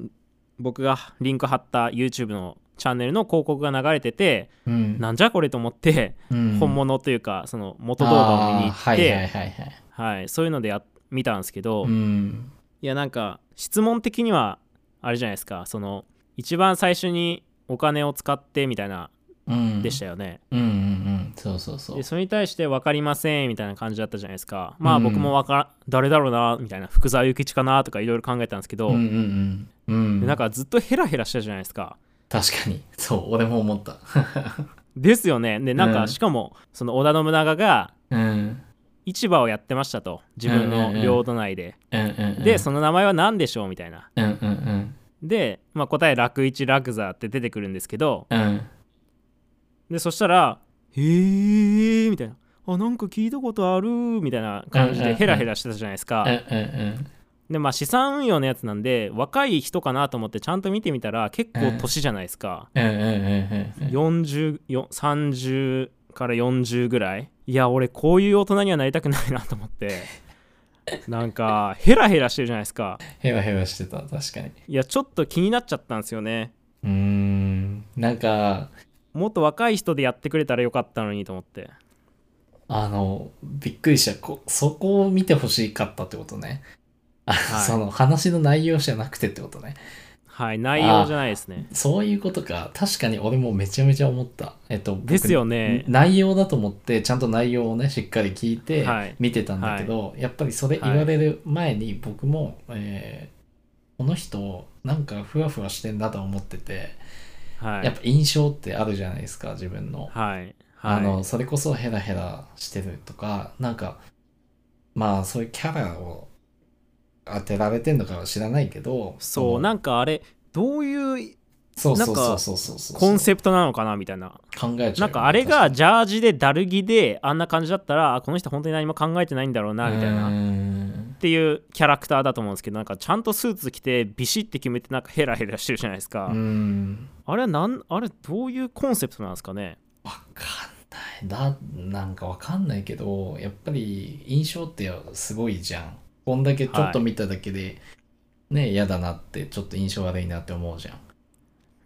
Speaker 2: 僕がリンク貼った YouTube のチャンネルの広告が流れてて
Speaker 1: うん。
Speaker 2: なんじゃこれと思って
Speaker 1: うん
Speaker 2: 本物というかその元動画を
Speaker 1: あー
Speaker 2: 見に
Speaker 1: はい
Speaker 2: 行っ
Speaker 1: はい
Speaker 2: て
Speaker 1: はいはい。
Speaker 2: はいそういうのでや見たんですけど
Speaker 1: うん。
Speaker 2: いやなんか質問的にはあれじゃないですかその一番最初にお金を使ってみたいな
Speaker 1: うん。
Speaker 2: でしたよね
Speaker 1: うんうんうん。そうそうそう
Speaker 2: で。それに対して分かりませんみたいな感じだったじゃないですかま
Speaker 1: う
Speaker 2: あ
Speaker 1: ん
Speaker 2: 僕もわから誰だろうなみたいな福沢諭吉かなとかいろいろ考えたんですけど、
Speaker 1: うんうんうん。うん。
Speaker 2: でなんかずっとヘラヘラしたじゃないですか
Speaker 1: 確かに。そう、俺も思った。
Speaker 2: ですよねでなん
Speaker 1: う
Speaker 2: か
Speaker 1: ん
Speaker 2: しかもその織田信長が
Speaker 1: うん。
Speaker 2: 市場をやってましたと自分
Speaker 1: うんうんう
Speaker 2: の
Speaker 1: ん
Speaker 2: 領土内で、
Speaker 1: うんうんうん。
Speaker 2: でその名前は何でしょうみたいな
Speaker 1: うんうんうん。
Speaker 2: で、まあ、答え楽一楽座って出てくるんですけど
Speaker 1: うん。
Speaker 2: でそしたら「へえ」みたいな「あなんか聞いたことある」みたいな感じ
Speaker 1: うんうん
Speaker 2: で
Speaker 1: うん
Speaker 2: ヘラヘラしてたじゃないですか、
Speaker 1: うんうん
Speaker 2: でまあ資産運用のやつなんで若い人かなと思ってちゃんと見てみたら結構年じゃないですか、
Speaker 1: うん。うんうんうんうん。
Speaker 2: 40よ30から40ぐらいいや俺こういう大人にはなりたくないなと思って なんかヘラヘラしてるじゃないですか
Speaker 1: へわへわしてた、確かに。
Speaker 2: いやちょっと気になっちゃったんですよね
Speaker 1: うーん。なんか、
Speaker 2: もっと若い人でやってくれたらよかったのにと思って
Speaker 1: あの、びっくりした。こそこを見てほしかったってことね。あ
Speaker 2: はい
Speaker 1: その話の内容じゃなくてってことね。
Speaker 2: はい内容じゃないですね
Speaker 1: そういうことか。確かに俺もめちゃめちゃ思った。えっと、僕
Speaker 2: ですよね
Speaker 1: 内容だと思って、ちゃんと内容をね、しっかり聞いて
Speaker 2: はい、
Speaker 1: 見てたんだけど、やっぱりそれ言われる前に僕も、えーこの人、なんかふわふわしてんだと思ってて、
Speaker 2: は
Speaker 1: やっ
Speaker 2: い
Speaker 1: ぱ印象ってあるじゃないですか、自分の。
Speaker 2: はい
Speaker 1: あ
Speaker 2: は
Speaker 1: のそれこそヘラヘラしてるとかなんかまあそういうキャラを当てられてんのかは知らないけど
Speaker 2: いそうなんかあれどういう
Speaker 1: そう
Speaker 2: なん
Speaker 1: そうそ
Speaker 2: か
Speaker 1: うそうそうそう
Speaker 2: コンセプトなのかなみたいな
Speaker 1: 考えちゃうよね
Speaker 2: なんかあれがジャージでだるぎであんな感じだったらあこの人本当に何も考えてないんだろうなみたいな
Speaker 1: うー
Speaker 2: っ
Speaker 1: ん
Speaker 2: ていうキャラクターだと思うんですけどなんかちゃんとスーツ着てビシッて決めてなんかヘラヘラしてるじゃないですか、
Speaker 1: うーん
Speaker 2: あれはなんあれどういうコンセプトなんですかね
Speaker 1: わかんないだなんかわかんないけどやっぱり印象ってすごいじゃんこんだけちょっと見ただけで、ね嫌だなってちょっと印象悪いなって思うじゃん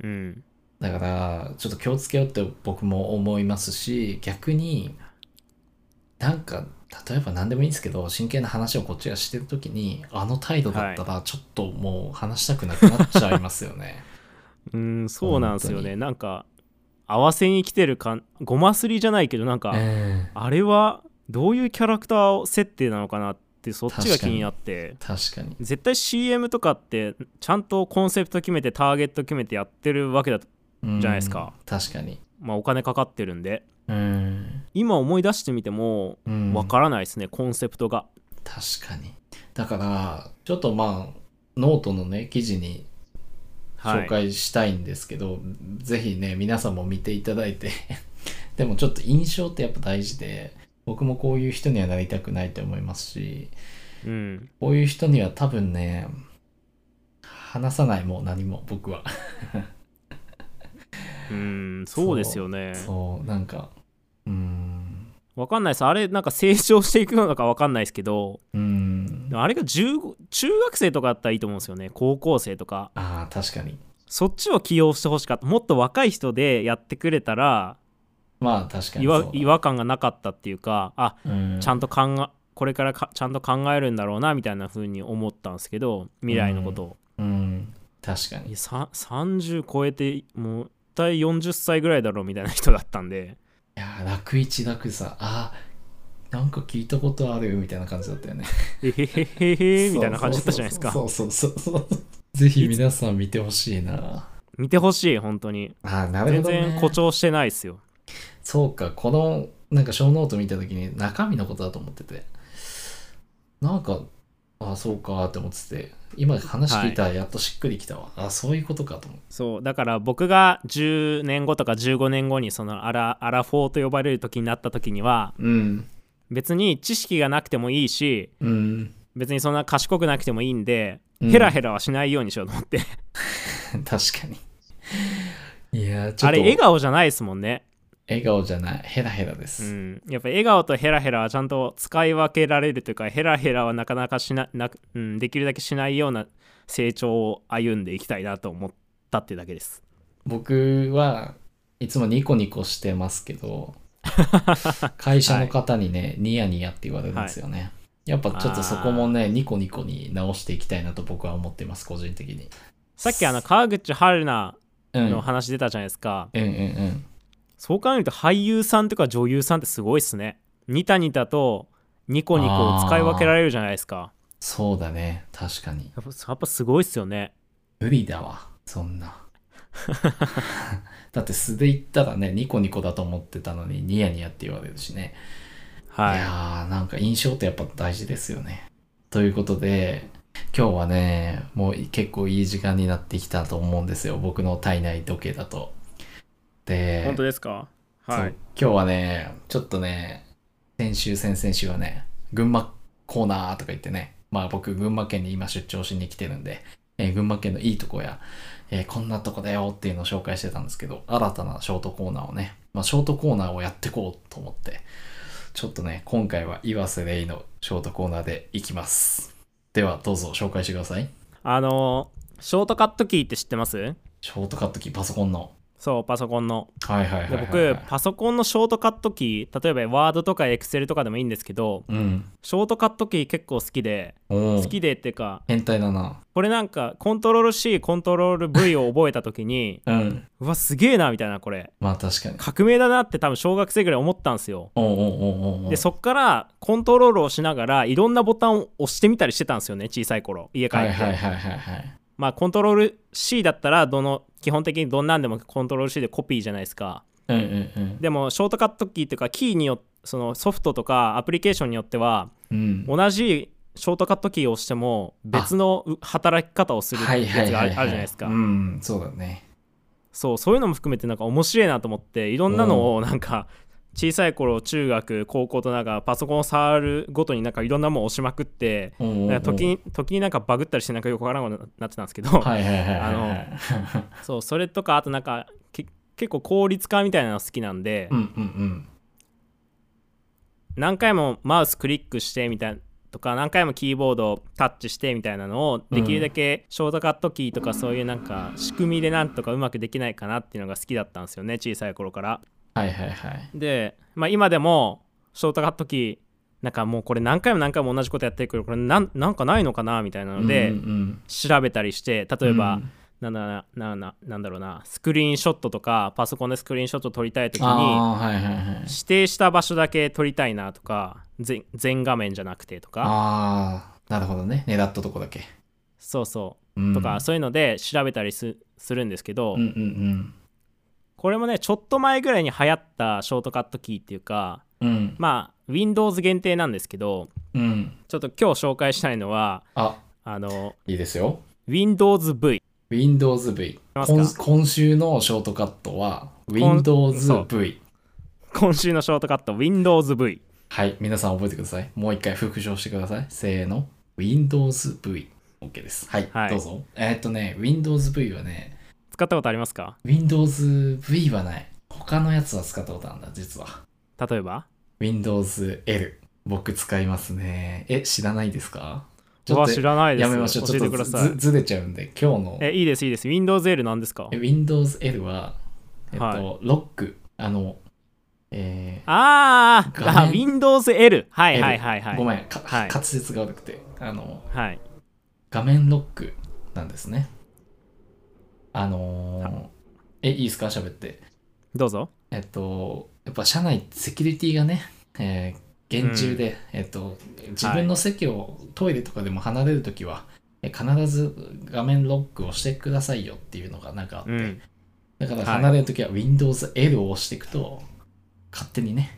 Speaker 2: うん
Speaker 1: だからちょっと気をつけようって僕も思いますし逆になんか例えば何でもいいんですけど真剣な話をこっちがしてる時にあの態度だったらちょっともう話したくなくなっちゃいますよね。
Speaker 2: うんそうなんですよ
Speaker 1: 本当
Speaker 2: ねなんか合わせに来てるかごますりじゃないけどなんか、
Speaker 1: うん
Speaker 2: あれはどういうキャラクター設定なのかなってそっちが
Speaker 1: 確か
Speaker 2: 気
Speaker 1: に
Speaker 2: になって
Speaker 1: 確かに。
Speaker 2: 絶対 CM とかってちゃんとコンセプト決めてターゲット決めてやってるわけだと
Speaker 1: うん
Speaker 2: じゃないですか。
Speaker 1: 確かに。
Speaker 2: まあ、お金かかってるんで
Speaker 1: うん。
Speaker 2: 今思い出してみても
Speaker 1: うん、
Speaker 2: わからないですね、コンセプトが
Speaker 1: 確かに。だからちょっとまあノートのね記事に
Speaker 2: は
Speaker 1: 紹
Speaker 2: い
Speaker 1: 介したいんですけど、ぜひね皆さんも見ていただいて でもちょっと印象ってやっぱ大事で僕もこういう人にはなりたくないと思いますし
Speaker 2: うん
Speaker 1: こういう人には多分ね話さないもう何も僕は
Speaker 2: うんそうですよね
Speaker 1: そうなんかうーん
Speaker 2: わかんないですあれなんか成長していくのかわかんないですけど
Speaker 1: うーん
Speaker 2: あれが15中学生とかだったらいいと思うんですよね高校生とか
Speaker 1: ああ確かに
Speaker 2: そっちを起用してほしかったもっと若い人でやってくれたら
Speaker 1: まあ確かに
Speaker 2: 違
Speaker 1: そう
Speaker 2: 和
Speaker 1: だ
Speaker 2: 違和感がなかったっていうかあ
Speaker 1: うん
Speaker 2: ちゃんと考えこれからかちゃんと考えるんだろうなみたいな風に思ったんですけど未来のことを、
Speaker 1: うん確かに
Speaker 2: いやさ30超えてもう大体40歳ぐらいだろうみたいな人だったんで
Speaker 1: いやー楽一楽さあーなんか聞いたことあるみたいな感じだったよね
Speaker 2: えへへへへみたいな感じだったじゃないですか
Speaker 1: そうそうそうそうぜひ皆さん見てほしいな
Speaker 2: 見てほしい本当に
Speaker 1: あーなる
Speaker 2: 全
Speaker 1: ほど、ね、
Speaker 2: 然誇張してないですよ
Speaker 1: そうかこのなんか小ノート見た時に中身のことだと思っててなんかあーそうかって思ってて今話聞いたらやっとしっくりきたわ、あーそういうことかと思って
Speaker 2: そうだから僕が10年後とか15年後にそのアラアラフォーと呼ばれる時になった時には
Speaker 1: うん
Speaker 2: 別に知識がなくてもいいし
Speaker 1: うん
Speaker 2: 別にそんな賢くなくてもいいんで、
Speaker 1: うん
Speaker 2: ヘラヘラはしないようにしようと思って
Speaker 1: 確かにいやーちょっと
Speaker 2: あれ笑顔じゃないですもんね
Speaker 1: 笑顔じゃないヘラヘラで
Speaker 2: う
Speaker 1: す、
Speaker 2: んやっぱ笑顔とヘラヘラはちゃんと使い分けられるというかヘラヘラはなかなかしなな、うん、できるだけしないような成長を歩んでいきたいなと思ったってだけです
Speaker 1: 僕はいつもニコニコしてますけど会社の方にね、ニヤニヤって言われるんですよね、やっぱちょっとそこもねニコニコに直していきたいなと僕は思ってます個人的に
Speaker 2: さっきあの川口春奈
Speaker 1: うんうん
Speaker 2: の話出たじゃないですか、
Speaker 1: うんうん
Speaker 2: そう考えると俳優さんとか女優さんってすごいっすねニタニタとニコニコを使い分けられるじゃないですか
Speaker 1: そうだね確かに
Speaker 2: やっぱやっぱすごいっすよね
Speaker 1: 無理だわそんなだって素で言ったらねニコニコだと思ってたのにニヤニヤって言われるしねいや
Speaker 2: は
Speaker 1: ーなんか印象ってやっぱ大事ですよね。ということで今日はねもう結構いい時間になってきたと思うんですよ僕の体内時計だと。
Speaker 2: い
Speaker 1: で
Speaker 2: 本当ですかは
Speaker 1: そう
Speaker 2: い
Speaker 1: 今日はねちょっとね先週先々週はね群馬コーナーとか言ってねまあ僕群馬県に今出張しに来てるんで、えー群馬県のいいとこや、えーこんなとこだよっていうのを紹介してたんですけど新たなショートコーナーをね、まあ、ショートコーナーをやってこうと思ってちょっとね今回は岩瀬レイのショートコーナーでいきますではどうぞ紹介してください
Speaker 2: あのーショートカットキーって知ってます
Speaker 1: ショートカットキーパソコンの
Speaker 2: そうパソコンの
Speaker 1: はいはいはい
Speaker 2: で
Speaker 1: はい、
Speaker 2: 僕、パソコンのショートカットキー例えばワードとかエクセルとかでもいいんですけど
Speaker 1: うん
Speaker 2: ショートカットキー結構好きで
Speaker 1: お
Speaker 2: 好
Speaker 1: ー
Speaker 2: きでっていうか
Speaker 1: 変態だな
Speaker 2: これなんかコントロール C コントロール V を覚えた時に
Speaker 1: うん
Speaker 2: うわすげえなみたいなこれ
Speaker 1: まあ確かに
Speaker 2: 革命だなって多分小学生ぐらい思ったんですよ
Speaker 1: おうおうおうおうおう
Speaker 2: でそっからコントロールをしながらいろんなボタンを押してみたりしてたんですよね小さい頃家帰っ
Speaker 1: は
Speaker 2: て、
Speaker 1: いはいはいはいはい。
Speaker 2: まあコントロール C だったらどの基本的にどんなんでもコントロール C でコピーじゃないですか
Speaker 1: うんうん
Speaker 2: でもショートカットキーっていうかキーによってそのソフトとかアプリケーションによっては
Speaker 1: うん。うん。
Speaker 2: 同じショートカットキーを押しても別のう働き方をする
Speaker 1: はいは
Speaker 2: やつ
Speaker 1: い
Speaker 2: が
Speaker 1: は
Speaker 2: あ
Speaker 1: い
Speaker 2: る
Speaker 1: はい
Speaker 2: あるじゃないですか、
Speaker 1: うん、そうだね。
Speaker 2: そうそういうのも含めてなんか面白いなと思っていろんなのをなんか小さい頃中学高校となんかパソコンを触るごとになんかいろんなものを押しまくって
Speaker 1: おうおうおう
Speaker 2: なんか時に時になんかバグったりしてなんかよくわからんことになってたんですけど、
Speaker 1: はいはいはいはい。
Speaker 2: あ
Speaker 1: の、
Speaker 2: そうそれとかあとなんかけ結構効率化みたいなの好きなんで、
Speaker 1: うんうん
Speaker 2: 何回もマウスクリックしてみたいなとか何回もキーボードをタッチしてみたいなのをできるだけショートカットキーとかそういうなんか仕組みでなんとかうまくできないかなっていうのが好きだったんですよね小さい頃から。
Speaker 1: うん。はいはいはい。
Speaker 2: で、まあ、今でもショートカットキーなんかもうこれ何回も何回も同じことやってるけどこれなんなんかないのかなみたいなので、
Speaker 1: うんうん
Speaker 2: 調べたりして例えば、
Speaker 1: うん
Speaker 2: なんだななななんだろうなスクリーンショットとかパソコンでスクリーンショット撮りたい時
Speaker 1: あ
Speaker 2: に
Speaker 1: あ、はいはいはい。
Speaker 2: 指定した場所だけ撮りたいなとか全全画面じゃなくてとか
Speaker 1: ああ、なるほどね。狙ったとこだけ。
Speaker 2: そうそ
Speaker 1: うん
Speaker 2: うとか、そういうので調べたりすするんですけど、
Speaker 1: うんうんうん。
Speaker 2: これもねちょっと前ぐらいに流行ったショートカットキーっていうか
Speaker 1: うん。
Speaker 2: まあ Windows 限定なんですけど
Speaker 1: うん。
Speaker 2: ちょっと今日紹介したいのは
Speaker 1: あ、
Speaker 2: あの
Speaker 1: いいですよ。
Speaker 2: Windows V
Speaker 1: Windows V。
Speaker 2: ますか
Speaker 1: 今今週のショートカットは、Windows
Speaker 2: そう
Speaker 1: V。
Speaker 2: 今週のショートカット Windows V
Speaker 1: はい、皆さん覚えてください。もう一回復唱してください。せーの。Windows V。 OK です。はい、
Speaker 2: はい
Speaker 1: どうぞ。えーっとね、Windows V はね、
Speaker 2: 使ったことありますか
Speaker 1: Windows V はない。他のやつは使ったことあるんだ、実は。
Speaker 2: 例えば
Speaker 1: Windows L。僕使いますね。え、知らないですか
Speaker 2: うわ知らないで
Speaker 1: や
Speaker 2: す
Speaker 1: めましょう。
Speaker 2: 教え
Speaker 1: ちょ
Speaker 2: て
Speaker 1: っ
Speaker 2: く
Speaker 1: と
Speaker 2: だ
Speaker 1: ず
Speaker 2: さい
Speaker 1: ずずれちゃうんで、今日の
Speaker 2: えいいですいいです Windows L なんですか
Speaker 1: え Windows L は、えっと、
Speaker 2: は
Speaker 1: ロック、あの、え
Speaker 2: あーあ
Speaker 1: 画面
Speaker 2: Windows L は
Speaker 1: ー
Speaker 2: い
Speaker 1: L
Speaker 2: はいはいはい
Speaker 1: ごめん、か
Speaker 2: はい
Speaker 1: 滑舌が悪くて、あの、
Speaker 2: はい
Speaker 1: 画面ロックなんですね。あのーえ、いいですか喋って。
Speaker 2: どうぞ
Speaker 1: えっと、やっぱ社内セキュリティがね、えー厳重で、えっと、自分の席をトイレとかでも離れるときは、え必ず画面ロックをしてくださいよっていうのがなんかあって、
Speaker 2: うん
Speaker 1: だから
Speaker 2: はい
Speaker 1: 離れるときは Windows L を押していくと、勝手にね、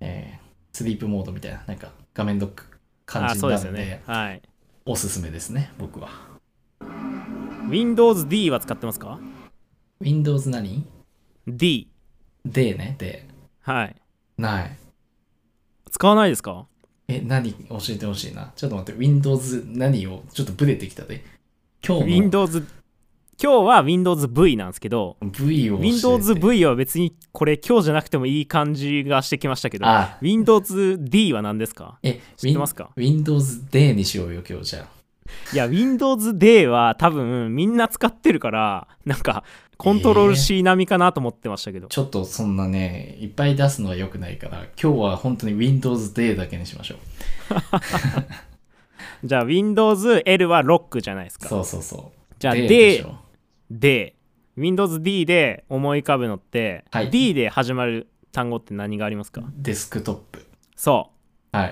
Speaker 1: えースリープモードみたいな、なんか画面ロック感
Speaker 2: あ
Speaker 1: じ
Speaker 2: そ
Speaker 1: に
Speaker 2: う
Speaker 1: な
Speaker 2: で
Speaker 1: る
Speaker 2: す
Speaker 1: の
Speaker 2: よ
Speaker 1: で、
Speaker 2: ねはい
Speaker 1: おすすめですね、僕は。
Speaker 2: Windows D は使ってますか
Speaker 1: Windows 何
Speaker 2: D
Speaker 1: ?D ね、D。
Speaker 2: はい
Speaker 1: ない。
Speaker 2: 使わないですか
Speaker 1: え、何教えてほしいな。ちょっと待って、Windows 何を、ちょっとブレてきたで。今日の
Speaker 2: Windows 今日は Windows V なんですけど
Speaker 1: V を教えて。
Speaker 2: Windows V は別にこれ今日じゃなくてもいい感じがしてきましたけど
Speaker 1: あ、
Speaker 2: Windows D は何ですか
Speaker 1: え、
Speaker 2: 知ってますか
Speaker 1: Win- ?Windows D にしようよ、今日じゃあ。
Speaker 2: いや Windows D は多分みんな使ってるからなんかコントロール C 並みかなと思ってましたけど、
Speaker 1: ちょっとそんなね、いっぱい出すのは良くないから、今日は本当に Windows D だけにしましょう。
Speaker 2: じゃあ Windows L はロックじゃないですか
Speaker 1: そうそうそう。
Speaker 2: じゃあ
Speaker 1: D でし
Speaker 2: D
Speaker 1: ょ
Speaker 2: D Windows D で思い浮かぶのって、
Speaker 1: はい
Speaker 2: D で始まる単語って何がありますか
Speaker 1: デスクトップ。
Speaker 2: そ
Speaker 1: はい。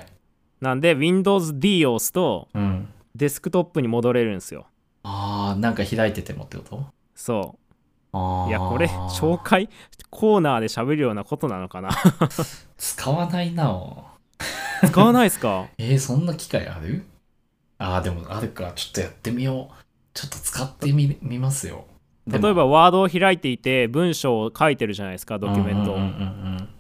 Speaker 2: うなんで Windows D を押すと
Speaker 1: うん。
Speaker 2: デスクトップに戻れるんですよ
Speaker 1: あー、なんか開いててもってこと
Speaker 2: そ
Speaker 1: あ
Speaker 2: う
Speaker 1: ー。
Speaker 2: いやこれ紹介コーナーで喋るようなことなのかな
Speaker 1: 使わないな
Speaker 2: 使わないですか
Speaker 1: えー、そんな機会あるああ、でもあるか。ちょっとやってみよう。ちょっと使ってみみますよ。で
Speaker 2: 例
Speaker 1: も
Speaker 2: えばワードを開いていて文章を書いてるじゃないですかドキュメントを、
Speaker 1: うん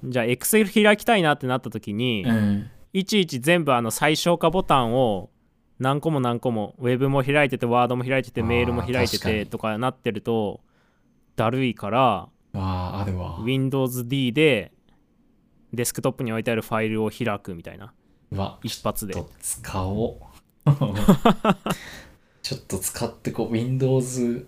Speaker 1: うん
Speaker 2: じゃあ Excel 開きたいなってなった時に、
Speaker 1: うんうんうん
Speaker 2: いちいち全部あの最小化ボタンを何個も何個もウェブも開いててワードも開いてて
Speaker 1: あー
Speaker 2: メールも開い
Speaker 1: 確
Speaker 2: て
Speaker 1: かに
Speaker 2: てとかなってるとだるいから
Speaker 1: うん。わあ、あるわ。
Speaker 2: Windows D でデスクトップに置いてあるファイルを開くみたいな
Speaker 1: うわ、ち
Speaker 2: 一発で
Speaker 1: ょっと使おう。 ちょっと使ってこう、Windows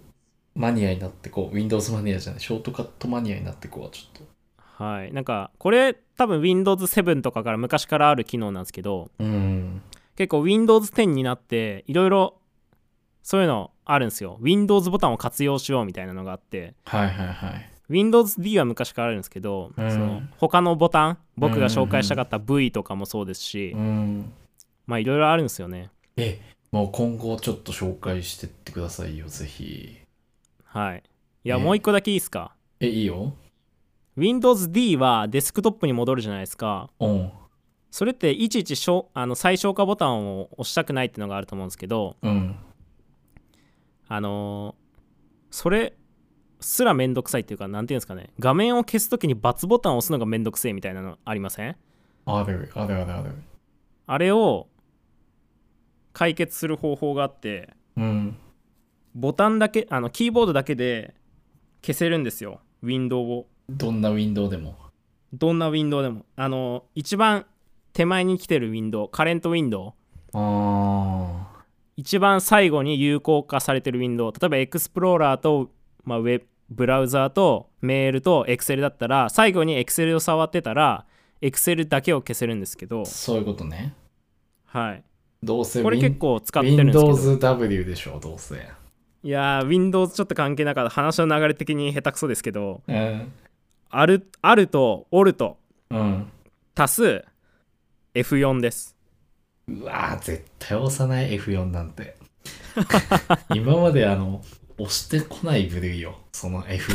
Speaker 1: マニアになってこう、Windows マニアじゃない、ショートカットマニアになってこう、ちょっ
Speaker 2: はいなんかこれ多分 Windows7 とかから昔からある機能なんですけど
Speaker 1: と。うん。
Speaker 2: 結構 Windows10 になっていろいろそういうのあるんですよ Windows ボタンを活用しようみたいなのがあって
Speaker 1: はいはいはい。
Speaker 2: Windows D は昔からあるんですけど、
Speaker 1: うん
Speaker 2: その他のボタン僕が紹介したかった V とかもそうですし、
Speaker 1: うん。
Speaker 2: まあいろいろあるんですよね
Speaker 1: え、もう今後ちょっと紹介してってくださいよ、ぜひ。
Speaker 2: はいいや、
Speaker 1: ね
Speaker 2: もう一個だけいいですか
Speaker 1: え、いいよ。
Speaker 2: Windows D はデスクトップに戻るじゃないですか
Speaker 1: うん。
Speaker 2: それっていちいちしょあの最小化ボタンを押したくないってのがあると思うんですけど
Speaker 1: うん。
Speaker 2: あのーそれすらめんどくさいっていうかなんていうんですかね画面を消すときに×ボタンを押すのがめんどくせえみたいなのありません
Speaker 1: ある、あるあるある。
Speaker 2: あれを解決する方法があって
Speaker 1: うん。
Speaker 2: ボタンだけあのキーボードだけで消せるんですよウィンドウを
Speaker 1: どんなウィンドウでも。
Speaker 2: どんなウィンドウでもあの一番手前に来てるウィンドウカレントウィンドウ
Speaker 1: あ
Speaker 2: 一番最後に有効化されてるウィンドウ例えばエクスプローラーと、まあ、ウェブブラウザーとメールとエクセルだったら最後にエクセルを触ってたらエクセルだけを消せるんですけど
Speaker 1: あ、、そういうことね。
Speaker 2: はい、
Speaker 1: どうせ
Speaker 2: これ
Speaker 1: Win-
Speaker 2: 結構使ってるんですけど
Speaker 1: WindowsW でしょ、どうせ。
Speaker 2: いやー Windows ちょっと関係なかった話の流れ的に下手くそですけど
Speaker 1: うん。
Speaker 2: あるあるとオルと
Speaker 1: うん。
Speaker 2: 足す F4 です
Speaker 1: うわー絶対押さない F4 なんて。 今まであの、押してこない部類よ。その F、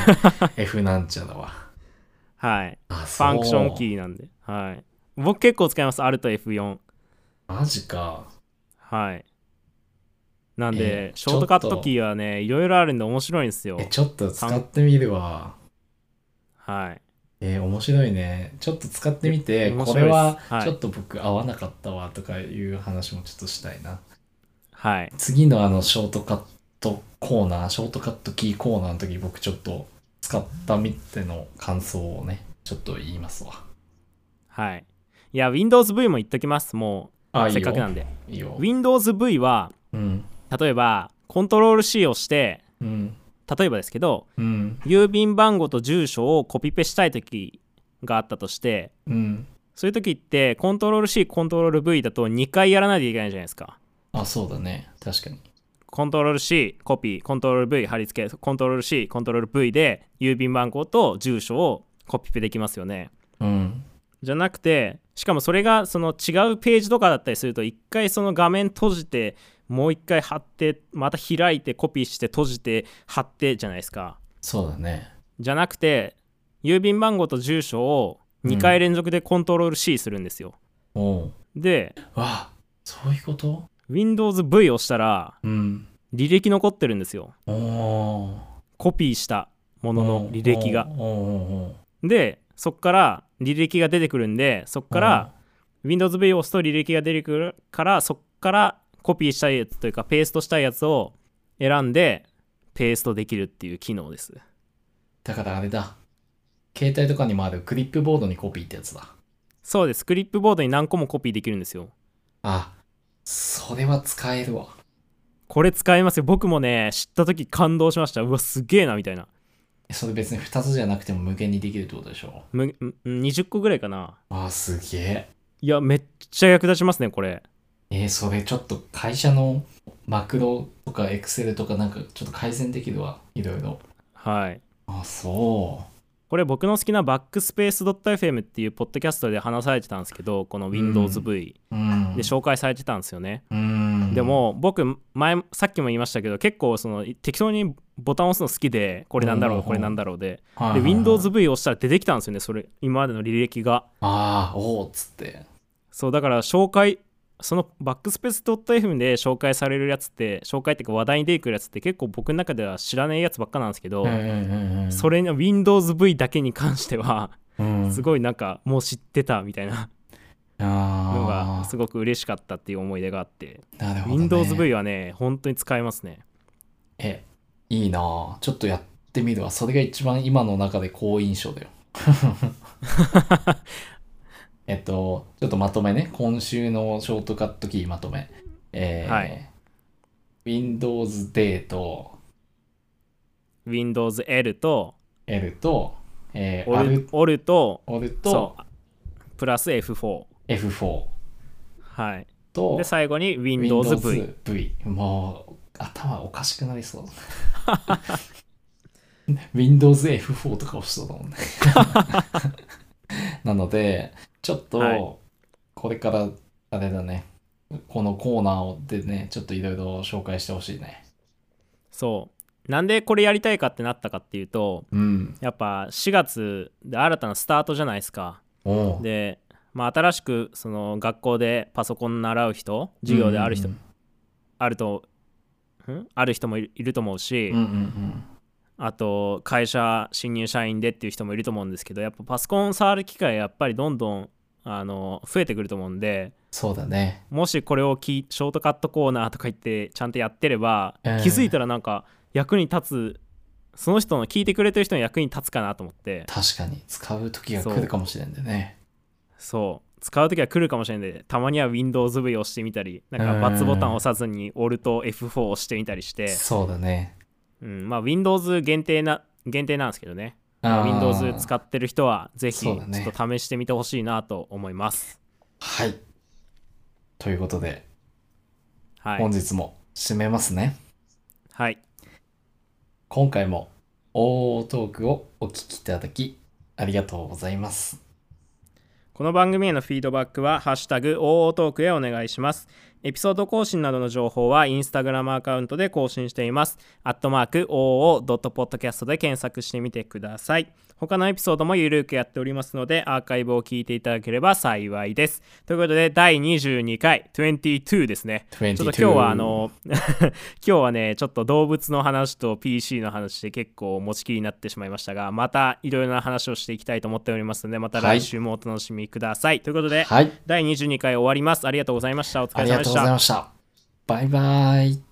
Speaker 1: F なんちゃらは。
Speaker 2: はい
Speaker 1: あ、フ
Speaker 2: ファンクションキーなんで、はい、僕結構使いますあると F4
Speaker 1: マジか。
Speaker 2: はい。なん
Speaker 1: え
Speaker 2: で、
Speaker 1: ー
Speaker 2: ショートカッ
Speaker 1: ちょっ
Speaker 2: ト
Speaker 1: と
Speaker 2: キーはね、いろいろあるんで面白いんですよ
Speaker 1: え、。ちょっと使ってみるわ。
Speaker 2: はい。
Speaker 1: えー面白いね。ちょっと使ってみて、こ
Speaker 2: 面白い
Speaker 1: れ
Speaker 2: です
Speaker 1: は
Speaker 2: はい
Speaker 1: ちょっと僕合わなかったわとかいう話もちょっとしたいな。
Speaker 2: はい
Speaker 1: 次のあのショートカットコーナーショートカットキーコーナーの時僕ちょっと使ったみての感想をねちょっと言いますわ
Speaker 2: はいいや WindowsV も言っときますも
Speaker 1: あ
Speaker 2: うせっかくなんで
Speaker 1: いいよ
Speaker 2: WindowsV は
Speaker 1: うん
Speaker 2: 例えばコントロール C をして
Speaker 1: うん
Speaker 2: 例えばですけど
Speaker 1: うん
Speaker 2: 郵便番号と住所をコピペしたい時があったとして
Speaker 1: うん
Speaker 2: そういう時ってコントロール C コントロール V だと2回やらないといけないじゃないですか
Speaker 1: あそうだね確かに
Speaker 2: コントロール C コピーコントロール V 貼り付けコントロール C コントロール V で郵便番号と住所をコピペできますよね
Speaker 1: うん
Speaker 2: じゃなくてしかもそれがその違うページとかだったりすると一回その画面閉じてもう一回貼ってまた開いてコピーして閉じて貼ってじゃないですか
Speaker 1: そうだね
Speaker 2: じゃなくて郵便番号と住所を2回連続でコントロール C するんですよ、
Speaker 1: おう
Speaker 2: で
Speaker 1: わあそういうこと
Speaker 2: WindowsV を押したら
Speaker 1: うん
Speaker 2: 履歴残ってるんですよ
Speaker 1: おお
Speaker 2: コピーしたものの履歴が
Speaker 1: おうおうおう
Speaker 2: でそっから履歴が出てくるんでそっから WindowsV を押すと履歴が出てくるからそっからコピーしたいやつというかペーストしたいやつを選んでペーストできるっていう機能です
Speaker 1: だからあれだ携帯とかにもあるクリップボードにコピーってやつだ
Speaker 2: そうですクリップボードに何個もコピーできるんですよ
Speaker 1: あそれは使えるわ
Speaker 2: これ使えますよ僕もね知った時感動しましたうわすげえなみたいな
Speaker 1: それ別に2つじゃなくても無限にできるってことでしょ
Speaker 2: むん20個ぐらいかな
Speaker 1: あすげえ
Speaker 2: いやめっちゃ役立ちますねこれ
Speaker 1: えーそれちょっと会社のマクロとかエクセルとかなんかちょっと改善できるわいろいろ
Speaker 2: はい
Speaker 1: あそ
Speaker 2: これ僕の好きなバックスペース .fm っていうポッドキャストで話されてたんですけどこの WindowsV
Speaker 1: ううん
Speaker 2: で紹介されてたんですよね、
Speaker 1: うん
Speaker 2: でも僕前さっきも言いましたけど結構その適当にボタン押すの好きでこれなんだろ
Speaker 1: うん
Speaker 2: う
Speaker 1: うん
Speaker 2: これなんだろうで
Speaker 1: はいは
Speaker 2: で
Speaker 1: いはい
Speaker 2: WindowsV 押したら出てきたんですよねそれ今までの履歴が
Speaker 1: ああおおっつって
Speaker 2: そうだから紹介そのバックスペース .fm で紹介されるやつって紹介っていうか話題に出てくるやつって結構僕の中では知らないやつばっかなんですけど、
Speaker 1: うんうんうんうん
Speaker 2: それの WindowsV だけに関しては
Speaker 1: うん
Speaker 2: すごいなんかもう知ってたみたいなの
Speaker 1: あ
Speaker 2: がすごく嬉しかったっていう思い出があって、
Speaker 1: あなるほど、ね、
Speaker 2: WindowsV はね本当に使えますね
Speaker 1: えいいなあちょっとやってみるわそれが一番今の中で好印象だよ えっとちょっとまとめね今週のショートカットキーまとめえー
Speaker 2: はい
Speaker 1: Windows D と
Speaker 2: Windows L と
Speaker 1: L と、えー、
Speaker 2: オル
Speaker 1: Alt
Speaker 2: オルと
Speaker 1: Alt と
Speaker 2: そうプラス F4
Speaker 1: F4
Speaker 2: はい
Speaker 1: と
Speaker 2: で最後に WindowsV
Speaker 1: Windows V もう頭おかしくなりそう Windows F4 とか押しそうだもんね なのでちょっ
Speaker 2: はい
Speaker 1: とこれからあれだねこのコーナーをでねちょっといろいろ紹介してほしいね
Speaker 2: そうなんでこれやりたいかってなったかっていうと
Speaker 1: うん
Speaker 2: やっぱ4月で新たなスタートじゃないですか
Speaker 1: おう
Speaker 2: で、まあ、新しくその学校でパソコン習う人授業である人、
Speaker 1: うん
Speaker 2: あるとんある人もいるいると思うし、
Speaker 1: うんうん
Speaker 2: あと会社新入社員でっていう人もいると思うんですけどやっぱパソコン触る機会やっぱりどんどんあの増えてくると思うんで
Speaker 1: そうだね
Speaker 2: もしこれをきショートカットコーナーとか言ってちゃんとやってれば、
Speaker 1: ええ
Speaker 2: 気づいたらなんか役に立つその人の聞いてくれてる人の役に立つかなと思って
Speaker 1: 確かに使う時が来るかもしれんでね
Speaker 2: そう使う時は来るかもしれないんでたまには WindowsV 押してみたりなんか×ボタンを押さずに AltF4 を押してみたりして、
Speaker 1: そうだね
Speaker 2: うんまあ、Windows 限定な限定なんですけどね
Speaker 1: あー
Speaker 2: Windows 使ってる人はぜひち
Speaker 1: そ
Speaker 2: ょ
Speaker 1: うだね
Speaker 2: っと試してみてほしいなと思います。
Speaker 1: はいということで
Speaker 2: はい
Speaker 1: 本。日も締めますね、
Speaker 2: はい。
Speaker 1: 今回も大トークをお聞きいただきありがとうございます。
Speaker 2: この番組へのフィードバックは、ハッシュタグ OO トークへお願いします。エピソード更新などの情報は、インスタグラムアカウントで更新しています。アットマーク OO.podcast で検索してみてください。他のエピソードもゆるくやっておりますので、アーカイブを聞いていただければ幸いです。ということで、第22回、22ですね。
Speaker 1: 22
Speaker 2: ちょっと今日はあの 今日はねちょっと動物の話と PC の話で結構持ちきりになってしまいましたがまたいろいろな話をしていきたいと思っておりますのでまた来週もお楽しみください、ということで、
Speaker 1: はい、
Speaker 2: 第22回終わりますありがとうございましたお疲
Speaker 1: あ
Speaker 2: れ
Speaker 1: り
Speaker 2: 様
Speaker 1: が
Speaker 2: で
Speaker 1: とうご
Speaker 2: し
Speaker 1: ざい
Speaker 2: た
Speaker 1: ました。バイバイ。